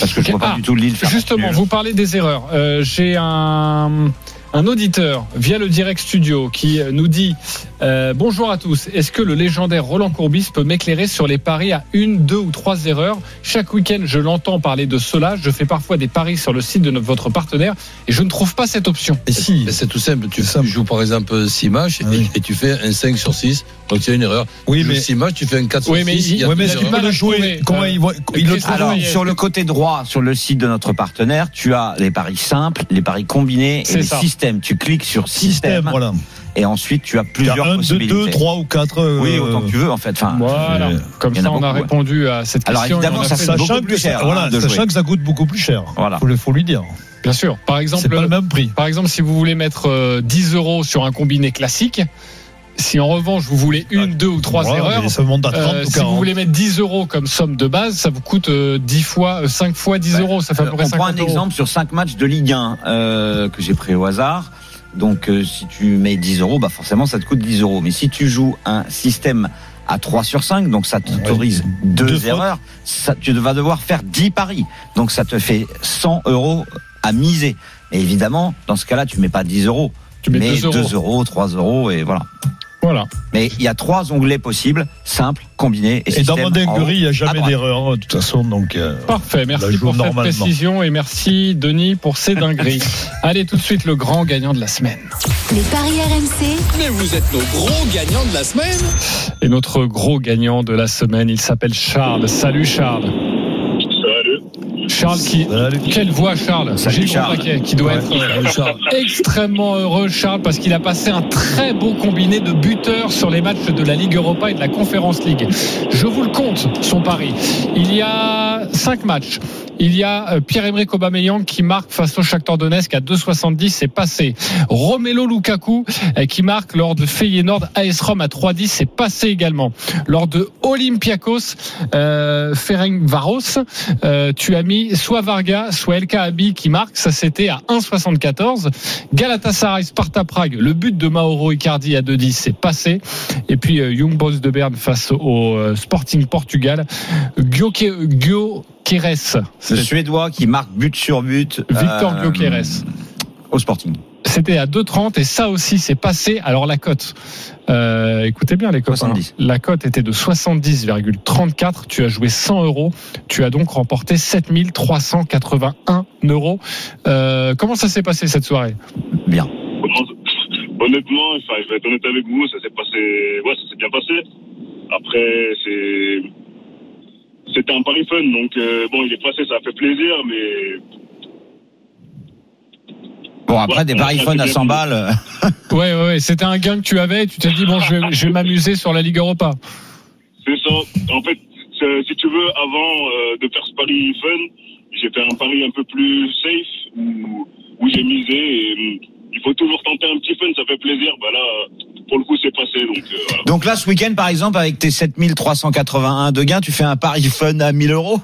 [SPEAKER 5] Parce que je ne vois
[SPEAKER 1] Ah,
[SPEAKER 5] pas du tout Lille faire match
[SPEAKER 1] Justement,
[SPEAKER 5] nul.
[SPEAKER 1] vous parlez des erreurs. Euh, J'ai un, un auditeur via le direct studio qui nous dit euh, Bonjour à tous, est-ce que le légendaire Roland Courbis peut m'éclairer sur les paris à une, deux ou trois erreurs Chaque week-end, je l'entends parler de cela. Je fais parfois des paris sur le site de notre- votre partenaire et je ne trouve pas cette option.
[SPEAKER 3] Et si,
[SPEAKER 6] Mais c'est tout simple. Tu,
[SPEAKER 3] C'est
[SPEAKER 6] tu joues par exemple 6 matchs et,
[SPEAKER 3] Ah oui.
[SPEAKER 6] et tu fais un 5 sur 6. Donc tu as une erreur.
[SPEAKER 3] oui,
[SPEAKER 6] tu
[SPEAKER 3] mais.
[SPEAKER 6] 6 matchs, tu fais un 4
[SPEAKER 1] Oui,
[SPEAKER 6] sur
[SPEAKER 1] mais
[SPEAKER 6] 6.
[SPEAKER 1] il-
[SPEAKER 6] il y a
[SPEAKER 3] Ouais, mais
[SPEAKER 6] deux
[SPEAKER 3] est-ce
[SPEAKER 1] du
[SPEAKER 3] qu'il
[SPEAKER 6] erreurs.
[SPEAKER 1] mal
[SPEAKER 3] peut
[SPEAKER 1] à
[SPEAKER 3] le jouer
[SPEAKER 1] trouver,
[SPEAKER 3] Comment
[SPEAKER 1] euh,
[SPEAKER 3] il voit il le
[SPEAKER 1] Christophe-
[SPEAKER 3] trouve
[SPEAKER 5] Alors,
[SPEAKER 1] Oui,
[SPEAKER 5] sur le côté droit, sur le site de notre partenaire, tu as les paris simples, les paris combinés et
[SPEAKER 1] C'est
[SPEAKER 5] les
[SPEAKER 1] ça.
[SPEAKER 5] systèmes. Tu cliques sur système,
[SPEAKER 3] système, voilà.
[SPEAKER 5] et ensuite tu as
[SPEAKER 3] Il y a
[SPEAKER 5] plusieurs
[SPEAKER 3] 1, 2,
[SPEAKER 5] possibilités.
[SPEAKER 3] 2, 3 ou euh, 4.
[SPEAKER 5] Oui, autant que tu veux en fait. Enfin,
[SPEAKER 1] Voilà,
[SPEAKER 5] je-
[SPEAKER 1] comme
[SPEAKER 5] il y en
[SPEAKER 1] ça
[SPEAKER 5] a
[SPEAKER 1] on a
[SPEAKER 5] beaucoup, ouais.
[SPEAKER 1] répondu à cette
[SPEAKER 5] Alors,
[SPEAKER 1] question. et on
[SPEAKER 5] évidemment,
[SPEAKER 1] a
[SPEAKER 5] ça
[SPEAKER 1] fait-
[SPEAKER 5] se- beaucoup
[SPEAKER 3] Sachant, que
[SPEAKER 5] plus cher,
[SPEAKER 3] ça,
[SPEAKER 5] hein,
[SPEAKER 3] voilà,
[SPEAKER 5] de
[SPEAKER 3] sachant
[SPEAKER 5] jouer.
[SPEAKER 3] que ça coûte beaucoup plus cher.
[SPEAKER 5] Voilà.
[SPEAKER 3] Faut, le, faut lui dire.
[SPEAKER 1] Bien sûr, par
[SPEAKER 3] C'est
[SPEAKER 1] exemple,
[SPEAKER 3] pas le même prix.
[SPEAKER 1] Par exemple, si vous voulez mettre euh, 10 euros sur un combiné classique, si en revanche vous voulez une, deux ou trois
[SPEAKER 3] Voilà,
[SPEAKER 1] erreurs,
[SPEAKER 3] Ah, mais Ça monte à 30
[SPEAKER 1] euh,
[SPEAKER 3] ou
[SPEAKER 1] si vous
[SPEAKER 3] 40.
[SPEAKER 1] voulez mettre 10 euros comme somme de base, ça vous coûte euh, 10 fois, euh, 5 fois 10
[SPEAKER 5] Bah,
[SPEAKER 1] euros. Ça fait à peu
[SPEAKER 5] Euh,
[SPEAKER 1] près
[SPEAKER 5] on prend un
[SPEAKER 1] 50 euros.
[SPEAKER 5] exemple sur 5 matchs de Ligue 1 euh, que j'ai pris au hasard. Donc, euh, si tu mets 10 euros, bah forcément, ça te coûte 10 euros. Mais si tu joues un système à 3 sur 5, donc ça t'autorise deux,
[SPEAKER 3] Deux fautes.
[SPEAKER 5] erreurs. Ça, tu vas devoir faire 10 paris, donc ça te fait 100 euros à miser. Et évidemment, dans ce cas-là, tu mets pas 10 euros,
[SPEAKER 1] Tu mets
[SPEAKER 5] mais
[SPEAKER 1] 2 euros.
[SPEAKER 5] 2 euros, 3 euros, et voilà.
[SPEAKER 1] Voilà.
[SPEAKER 5] Mais il y a trois onglets possibles, simple, combiné et,
[SPEAKER 3] Et dans ma
[SPEAKER 5] système en haut,
[SPEAKER 3] dinguerie, il n'y a
[SPEAKER 5] à
[SPEAKER 3] jamais
[SPEAKER 5] droite.
[SPEAKER 3] d'erreur, hein, de toute façon. Donc, euh,
[SPEAKER 1] Parfait,
[SPEAKER 3] Bah,
[SPEAKER 1] merci
[SPEAKER 3] je joue
[SPEAKER 1] pour cette
[SPEAKER 3] normalement.
[SPEAKER 1] précision et merci Denis pour ces dingueries. Allez tout de suite le grand gagnant de la semaine.
[SPEAKER 2] Les paris RMC,
[SPEAKER 8] Mais vous êtes nos gros gagnants de la semaine.
[SPEAKER 1] Et notre gros gagnant de la semaine, il s'appelle Charles. Salut Charles. Salut. Charles qui...
[SPEAKER 3] Salut.
[SPEAKER 1] Quelle voix Charles
[SPEAKER 5] Salut,
[SPEAKER 1] Gilles
[SPEAKER 5] Charles.
[SPEAKER 1] Paquet, qui doit être euh,
[SPEAKER 6] Richard,
[SPEAKER 1] extrêmement heureux Charles parce qu'il a passé un très beau combiné de buteurs sur les matchs de la Ligue Europa et de la Conference League. Je vous le compte, son pari. Il y a cinq matchs. Il y a euh, Pierre-Emerick Aubameyang qui marque face au Shakhtar Donetsk à 2,70, c'est passé. Romelo Lukaku euh, qui marque lors de Feyenoord AS Rome à 3,10, c'est passé également. Lors de Olympiakos euh, Ferencvaros, euh, tu as mis soit Varga, soit El Kaabi qui marque, ça c'était à 1,74. Galatasaray Sparta Prague, le but de Mauro Icardi à 2,10 c'est passé. Et puis euh, Young Boys de Berne face au euh, Sporting Portugal, Gyökeres,
[SPEAKER 5] Le Suédois qui marque but sur but.
[SPEAKER 1] Victor
[SPEAKER 5] euh,
[SPEAKER 1] Gyökeres.
[SPEAKER 5] Au Sporting.
[SPEAKER 1] C'était à 2,30 et ça aussi c'est passé. Alors la cote, euh, écoutez bien les copains.
[SPEAKER 5] 70.
[SPEAKER 1] La cote était de 70,34. Tu as joué 100 euros. Tu as donc remporté 7381 euros. Euh, comment ça s'est passé cette soirée
[SPEAKER 5] Bien.
[SPEAKER 12] Honnêtement, enfin, je vais être honnête avec vous, ça s'est passé, ouais, ça s'est bien passé. Après, c'est, c'était un pari fun, donc euh, bon, il est passé, ça a fait plaisir, mais
[SPEAKER 5] Bon, après,
[SPEAKER 12] Ouais,
[SPEAKER 5] des
[SPEAKER 12] on
[SPEAKER 5] paris
[SPEAKER 12] a
[SPEAKER 5] fun à
[SPEAKER 12] bien
[SPEAKER 5] 100
[SPEAKER 12] vu.
[SPEAKER 5] balles. euh,
[SPEAKER 1] Ouais, ouais, ouais. c'était un gain que tu avais. et Tu t'es dit bon, je vais, je vais m'amuser sur la Ligue Europa.
[SPEAKER 12] c'est ça. En fait, c'est- si tu veux, avant euh, de faire ce pari fun, j'ai fait un pari un peu plus safe où, où j'ai misé. Et, hum, il faut toujours tenter un petit fun, ça fait plaisir. Bah là, pour le coup, c'est passé, donc euh, voilà.
[SPEAKER 5] Donc là, ce week-end, par exemple, avec tes 7381 de gains, tu fais un pari fun à 1000 euros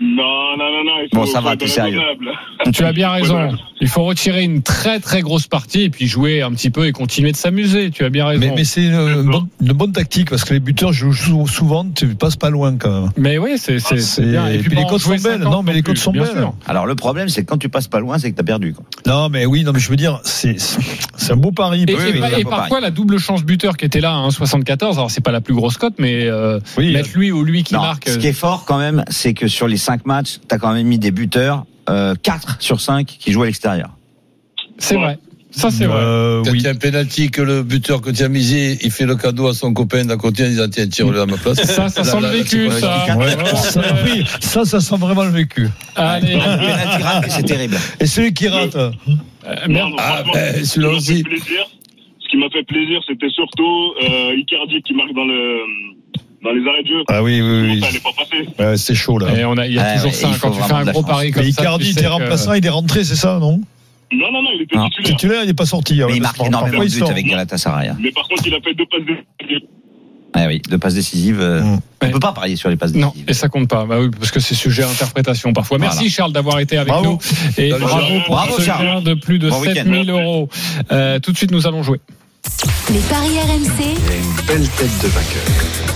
[SPEAKER 12] Non, non, non, non. il
[SPEAKER 5] Bon,
[SPEAKER 12] faut-
[SPEAKER 5] ça
[SPEAKER 12] faut
[SPEAKER 5] va,
[SPEAKER 12] être
[SPEAKER 5] t'es sérieux.
[SPEAKER 12] raisonnable.
[SPEAKER 1] Tu as bien raison. Il faut retirer une très très grosse partie et puis jouer un petit peu et continuer de s'amuser. Tu as bien raison.
[SPEAKER 3] mais, mais c'est une, une bonne, une bonne tactique parce que les buteurs jouent sou- souvent, tu passes pas loin quand même. Ah,
[SPEAKER 1] Mais oui, c'est
[SPEAKER 5] Ah,
[SPEAKER 1] c'est- c'est
[SPEAKER 3] c'est-
[SPEAKER 1] bien.
[SPEAKER 3] et puis les
[SPEAKER 1] pas en
[SPEAKER 3] cotes
[SPEAKER 1] jouer
[SPEAKER 3] sont belles.
[SPEAKER 1] 50
[SPEAKER 3] Non, mais les cotes
[SPEAKER 1] plus,
[SPEAKER 3] sont
[SPEAKER 1] bien
[SPEAKER 3] belles.
[SPEAKER 1] sûr.
[SPEAKER 5] Alors le problème, c'est que quand tu passes pas loin, c'est que t'as perdu. Quoi.
[SPEAKER 3] Non, mais oui, non, mais je veux dire, c'est c'est un beau pari.
[SPEAKER 5] Oui,
[SPEAKER 1] Et, et
[SPEAKER 5] oui,
[SPEAKER 1] par-
[SPEAKER 5] il y a
[SPEAKER 1] et
[SPEAKER 5] pas
[SPEAKER 1] parfois la double chance buteur qui était là à 1,74, alors c'est pas la plus grosse cote, mais euh,
[SPEAKER 3] Oui,
[SPEAKER 1] mettre lui ou lui qui
[SPEAKER 5] Non,
[SPEAKER 1] marque.
[SPEAKER 5] ce qui est fort quand même, c'est que sur les 5 matchs, t'as quand même mis des buteurs, euh, 4 sur 5 qui jouent à l'extérieur.
[SPEAKER 1] C'est vrai. Ça c'est vrai.
[SPEAKER 3] euh,
[SPEAKER 6] quand il
[SPEAKER 3] oui.
[SPEAKER 6] y a un pénalty que le buteur que tu as misé, il fait le cadeau à son copain d'à côté en disant tiens, tire-le à ma place.
[SPEAKER 1] Ça, ça sent
[SPEAKER 6] Là, là,
[SPEAKER 1] le
[SPEAKER 6] là,
[SPEAKER 1] vécu,
[SPEAKER 6] c'est-
[SPEAKER 1] ça.
[SPEAKER 3] Ouais,
[SPEAKER 1] Vraiment,
[SPEAKER 3] ça,
[SPEAKER 1] c'est-
[SPEAKER 3] oui, ça, ça sent vraiment le vécu.
[SPEAKER 1] Allez,
[SPEAKER 5] Le pénalty raté, c'est terrible.
[SPEAKER 3] Et celui qui rate,
[SPEAKER 1] euh,
[SPEAKER 12] Non,
[SPEAKER 1] merde.
[SPEAKER 12] non,
[SPEAKER 6] Ah,
[SPEAKER 12] franchement,
[SPEAKER 3] euh,
[SPEAKER 6] ben,
[SPEAKER 12] ce qui m'a
[SPEAKER 6] celui-là aussi.
[SPEAKER 12] fait plaisir, ce qui m'a fait plaisir, c'était surtout euh, Icardi qui marque dans le dans les arrêts de jeu.
[SPEAKER 3] ah oui, oui, oui.
[SPEAKER 12] Ça, elle est pas passée.
[SPEAKER 3] Ouais, c'est chaud là.
[SPEAKER 1] Et on a, il y a
[SPEAKER 5] Ouais,
[SPEAKER 1] toujours
[SPEAKER 5] ouais,
[SPEAKER 1] ça
[SPEAKER 5] il
[SPEAKER 1] hein, quand
[SPEAKER 5] faut
[SPEAKER 1] tu fais
[SPEAKER 5] vraiment
[SPEAKER 1] un
[SPEAKER 5] de la
[SPEAKER 1] gros
[SPEAKER 5] chance.
[SPEAKER 1] pari comme
[SPEAKER 3] Mais
[SPEAKER 1] ça.
[SPEAKER 3] Icardi
[SPEAKER 1] tu sais
[SPEAKER 3] était
[SPEAKER 1] que-
[SPEAKER 3] remplaçant, il est rentré, c'est ça, non
[SPEAKER 12] Non, non, non, il était
[SPEAKER 5] Non.
[SPEAKER 12] titulaire.
[SPEAKER 3] Titulaire, il n'est pas sorti.
[SPEAKER 5] hein. Mais
[SPEAKER 3] ouais,
[SPEAKER 5] il
[SPEAKER 3] parce
[SPEAKER 5] marque
[SPEAKER 3] que
[SPEAKER 5] énormément
[SPEAKER 3] parfois,
[SPEAKER 5] de
[SPEAKER 3] il
[SPEAKER 5] buts
[SPEAKER 3] sort.
[SPEAKER 5] avec Galatasaray. hein.
[SPEAKER 12] Mais par contre, il a fait deux passes décisives.
[SPEAKER 5] Ah oui, de passes décisives. euh,
[SPEAKER 3] Mm.
[SPEAKER 5] On
[SPEAKER 1] Ouais.
[SPEAKER 5] peut pas parier sur les passes
[SPEAKER 1] Non,
[SPEAKER 5] décisives.
[SPEAKER 1] et ça compte pas. Bah oui, parce que c'est sujet à interprétation parfois. Merci
[SPEAKER 5] Voilà.
[SPEAKER 1] Charles d'avoir été avec
[SPEAKER 3] Bravo.
[SPEAKER 1] nous. Et
[SPEAKER 6] Salut,
[SPEAKER 1] bravo
[SPEAKER 12] Charles.
[SPEAKER 1] pour
[SPEAKER 5] Bravo,
[SPEAKER 1] ce
[SPEAKER 5] Charles.
[SPEAKER 1] gain de plus de
[SPEAKER 5] Bon week-end.
[SPEAKER 1] 7000 euros. Euh, tout de suite, nous allons jouer.
[SPEAKER 2] les paris RMC,
[SPEAKER 8] Il a une belle tête de vainqueur.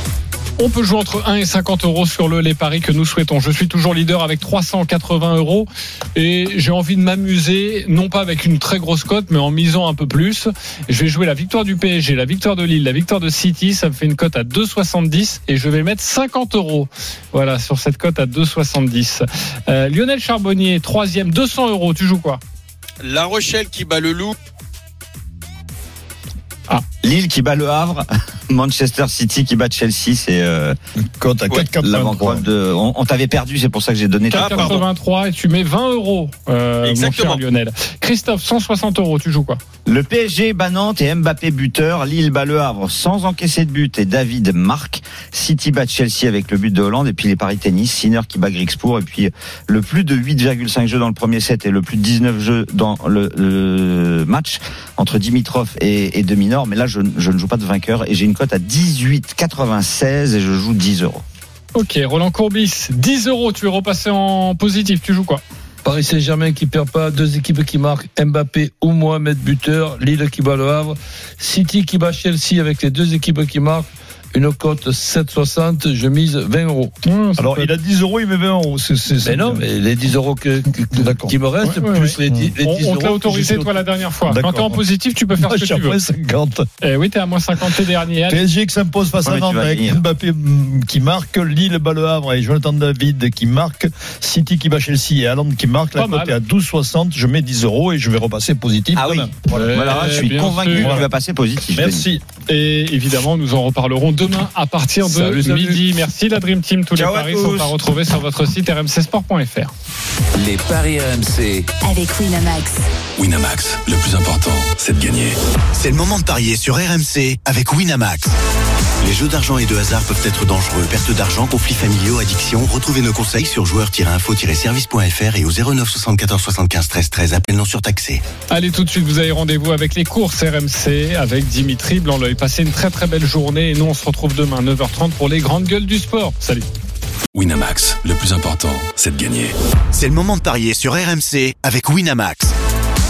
[SPEAKER 1] On peut jouer entre 1 et 50 euros sur le les paris que nous souhaitons. Je suis toujours leader avec 380 euros et j'ai envie de m'amuser, non pas avec une très grosse cote, mais en misant un peu plus. Je vais jouer la victoire du PSG, la victoire de Lille, la victoire de City. Ça me fait une cote à 2,70 et je vais mettre 50 euros. Voilà, sur cette cote à 2,70. Euh, Lionel Charbonnier, troisième, 200 euros. Tu joues quoi
[SPEAKER 4] La Rochelle qui bat le loup.
[SPEAKER 1] Ah.
[SPEAKER 5] Lille qui bat le Havre, Manchester City qui bat Chelsea, c'est euh,
[SPEAKER 3] Quand t'as
[SPEAKER 4] Ouais,
[SPEAKER 3] 4
[SPEAKER 5] l'avant-propre de. On, on t'avait perdu, c'est pour ça que j'ai donné.
[SPEAKER 4] Ah, pardon.
[SPEAKER 1] 4,83 et tu mets 20 euros, euh, mon
[SPEAKER 4] Exactement.
[SPEAKER 1] cher Lionel. Christophe, 160 euros. Tu joues quoi
[SPEAKER 5] Le PSG bat Nantes et Mbappé buteur, Lille bat le Havre sans encaisser de but et David marque. City bat Chelsea avec le but de Hollande et puis les paris tennis, Sinner qui bat Grixpour et puis le plus de 8,5 jeux dans le premier set et le plus de 19 jeux dans le, le match entre Dimitrov et, et Deminor. Mais là, je, je ne joue pas de vainqueur et j'ai une cote à 18,96 et je joue 10 euros.
[SPEAKER 1] Ok, Roland Courbis, 10 euros, tu es repassé en positif, tu joues quoi
[SPEAKER 6] Paris Saint-Germain qui perd pas, deux équipes qui marquent, Mbappé ou Mohamed buteur, Lille qui bat le Havre, City qui bat Chelsea avec les deux équipes qui marquent, une cote 7,60, je mise 20 euros.
[SPEAKER 3] Alors, il a 10 euros, il met 20 euros. C'est- c'est-
[SPEAKER 6] Mais
[SPEAKER 3] c'est-
[SPEAKER 6] non, mais les 10 euros que- que- qui me restent,
[SPEAKER 1] Ouais, ouais,
[SPEAKER 6] plus
[SPEAKER 1] ouais.
[SPEAKER 6] les 10, les 10
[SPEAKER 1] On, on
[SPEAKER 6] euros.
[SPEAKER 1] te l'a
[SPEAKER 6] que j'ai
[SPEAKER 1] autorisé,
[SPEAKER 6] sur-
[SPEAKER 1] toi, la dernière fois.
[SPEAKER 3] D'accord.
[SPEAKER 1] Quand t'es en positif, tu peux faire
[SPEAKER 3] Moi,
[SPEAKER 1] ce que
[SPEAKER 3] je
[SPEAKER 1] tu
[SPEAKER 3] suis à moins
[SPEAKER 1] veux.
[SPEAKER 3] 50.
[SPEAKER 1] Eh oui, t'es à moins 50 tes derniers.
[SPEAKER 3] PSG qui s'impose face
[SPEAKER 5] Ouais,
[SPEAKER 3] à
[SPEAKER 5] mais tu
[SPEAKER 3] Nantes
[SPEAKER 5] vas
[SPEAKER 3] avec
[SPEAKER 5] gagner.
[SPEAKER 3] Mbappé mm, qui marque, Lille bat le Havre et Jonathan David qui marque, City qui bat Chelsea et Haaland qui marque. La
[SPEAKER 1] Pas
[SPEAKER 3] cote
[SPEAKER 1] mal.
[SPEAKER 3] est à 12,60. Je mets 10 euros et je vais repasser positif.
[SPEAKER 5] Ah oui.
[SPEAKER 3] demain.
[SPEAKER 5] Voilà, je suis
[SPEAKER 1] bien
[SPEAKER 5] convaincu
[SPEAKER 1] sûr.
[SPEAKER 5] qu'il va passer positif. Denis.
[SPEAKER 3] Merci.
[SPEAKER 1] Et évidemment, nous en reparlerons demain à partir de
[SPEAKER 6] Salut, salut.
[SPEAKER 1] midi. Merci la Dream Team. Tous
[SPEAKER 5] Ciao
[SPEAKER 1] les
[SPEAKER 5] à
[SPEAKER 1] paris
[SPEAKER 5] tous.
[SPEAKER 1] sont à retrouver sur votre site rmcsport.fr.
[SPEAKER 13] Les paris RMC.
[SPEAKER 2] avec Winamax.
[SPEAKER 11] Winamax, le plus important, c'est de gagner.
[SPEAKER 13] C'est le moment de parier sur RMC avec Winamax. Les jeux d'argent et de hasard peuvent être dangereux. Perte d'argent, conflits familiaux, addiction. Retrouvez nos conseils sur joueurs-info-service.fr et au 09 74 75 13 13. Appel non surtaxé.
[SPEAKER 1] Allez, tout de suite, vous avez rendez-vous avec les courses RMC avec Dimitri Blanc-L'œil. Passez une très très belle journée et nous, on se retrouve demain 9h30 pour les grandes gueules du sport. Salut.
[SPEAKER 11] Winamax, le plus important, c'est de gagner.
[SPEAKER 13] C'est le moment de parier sur RMC avec Winamax.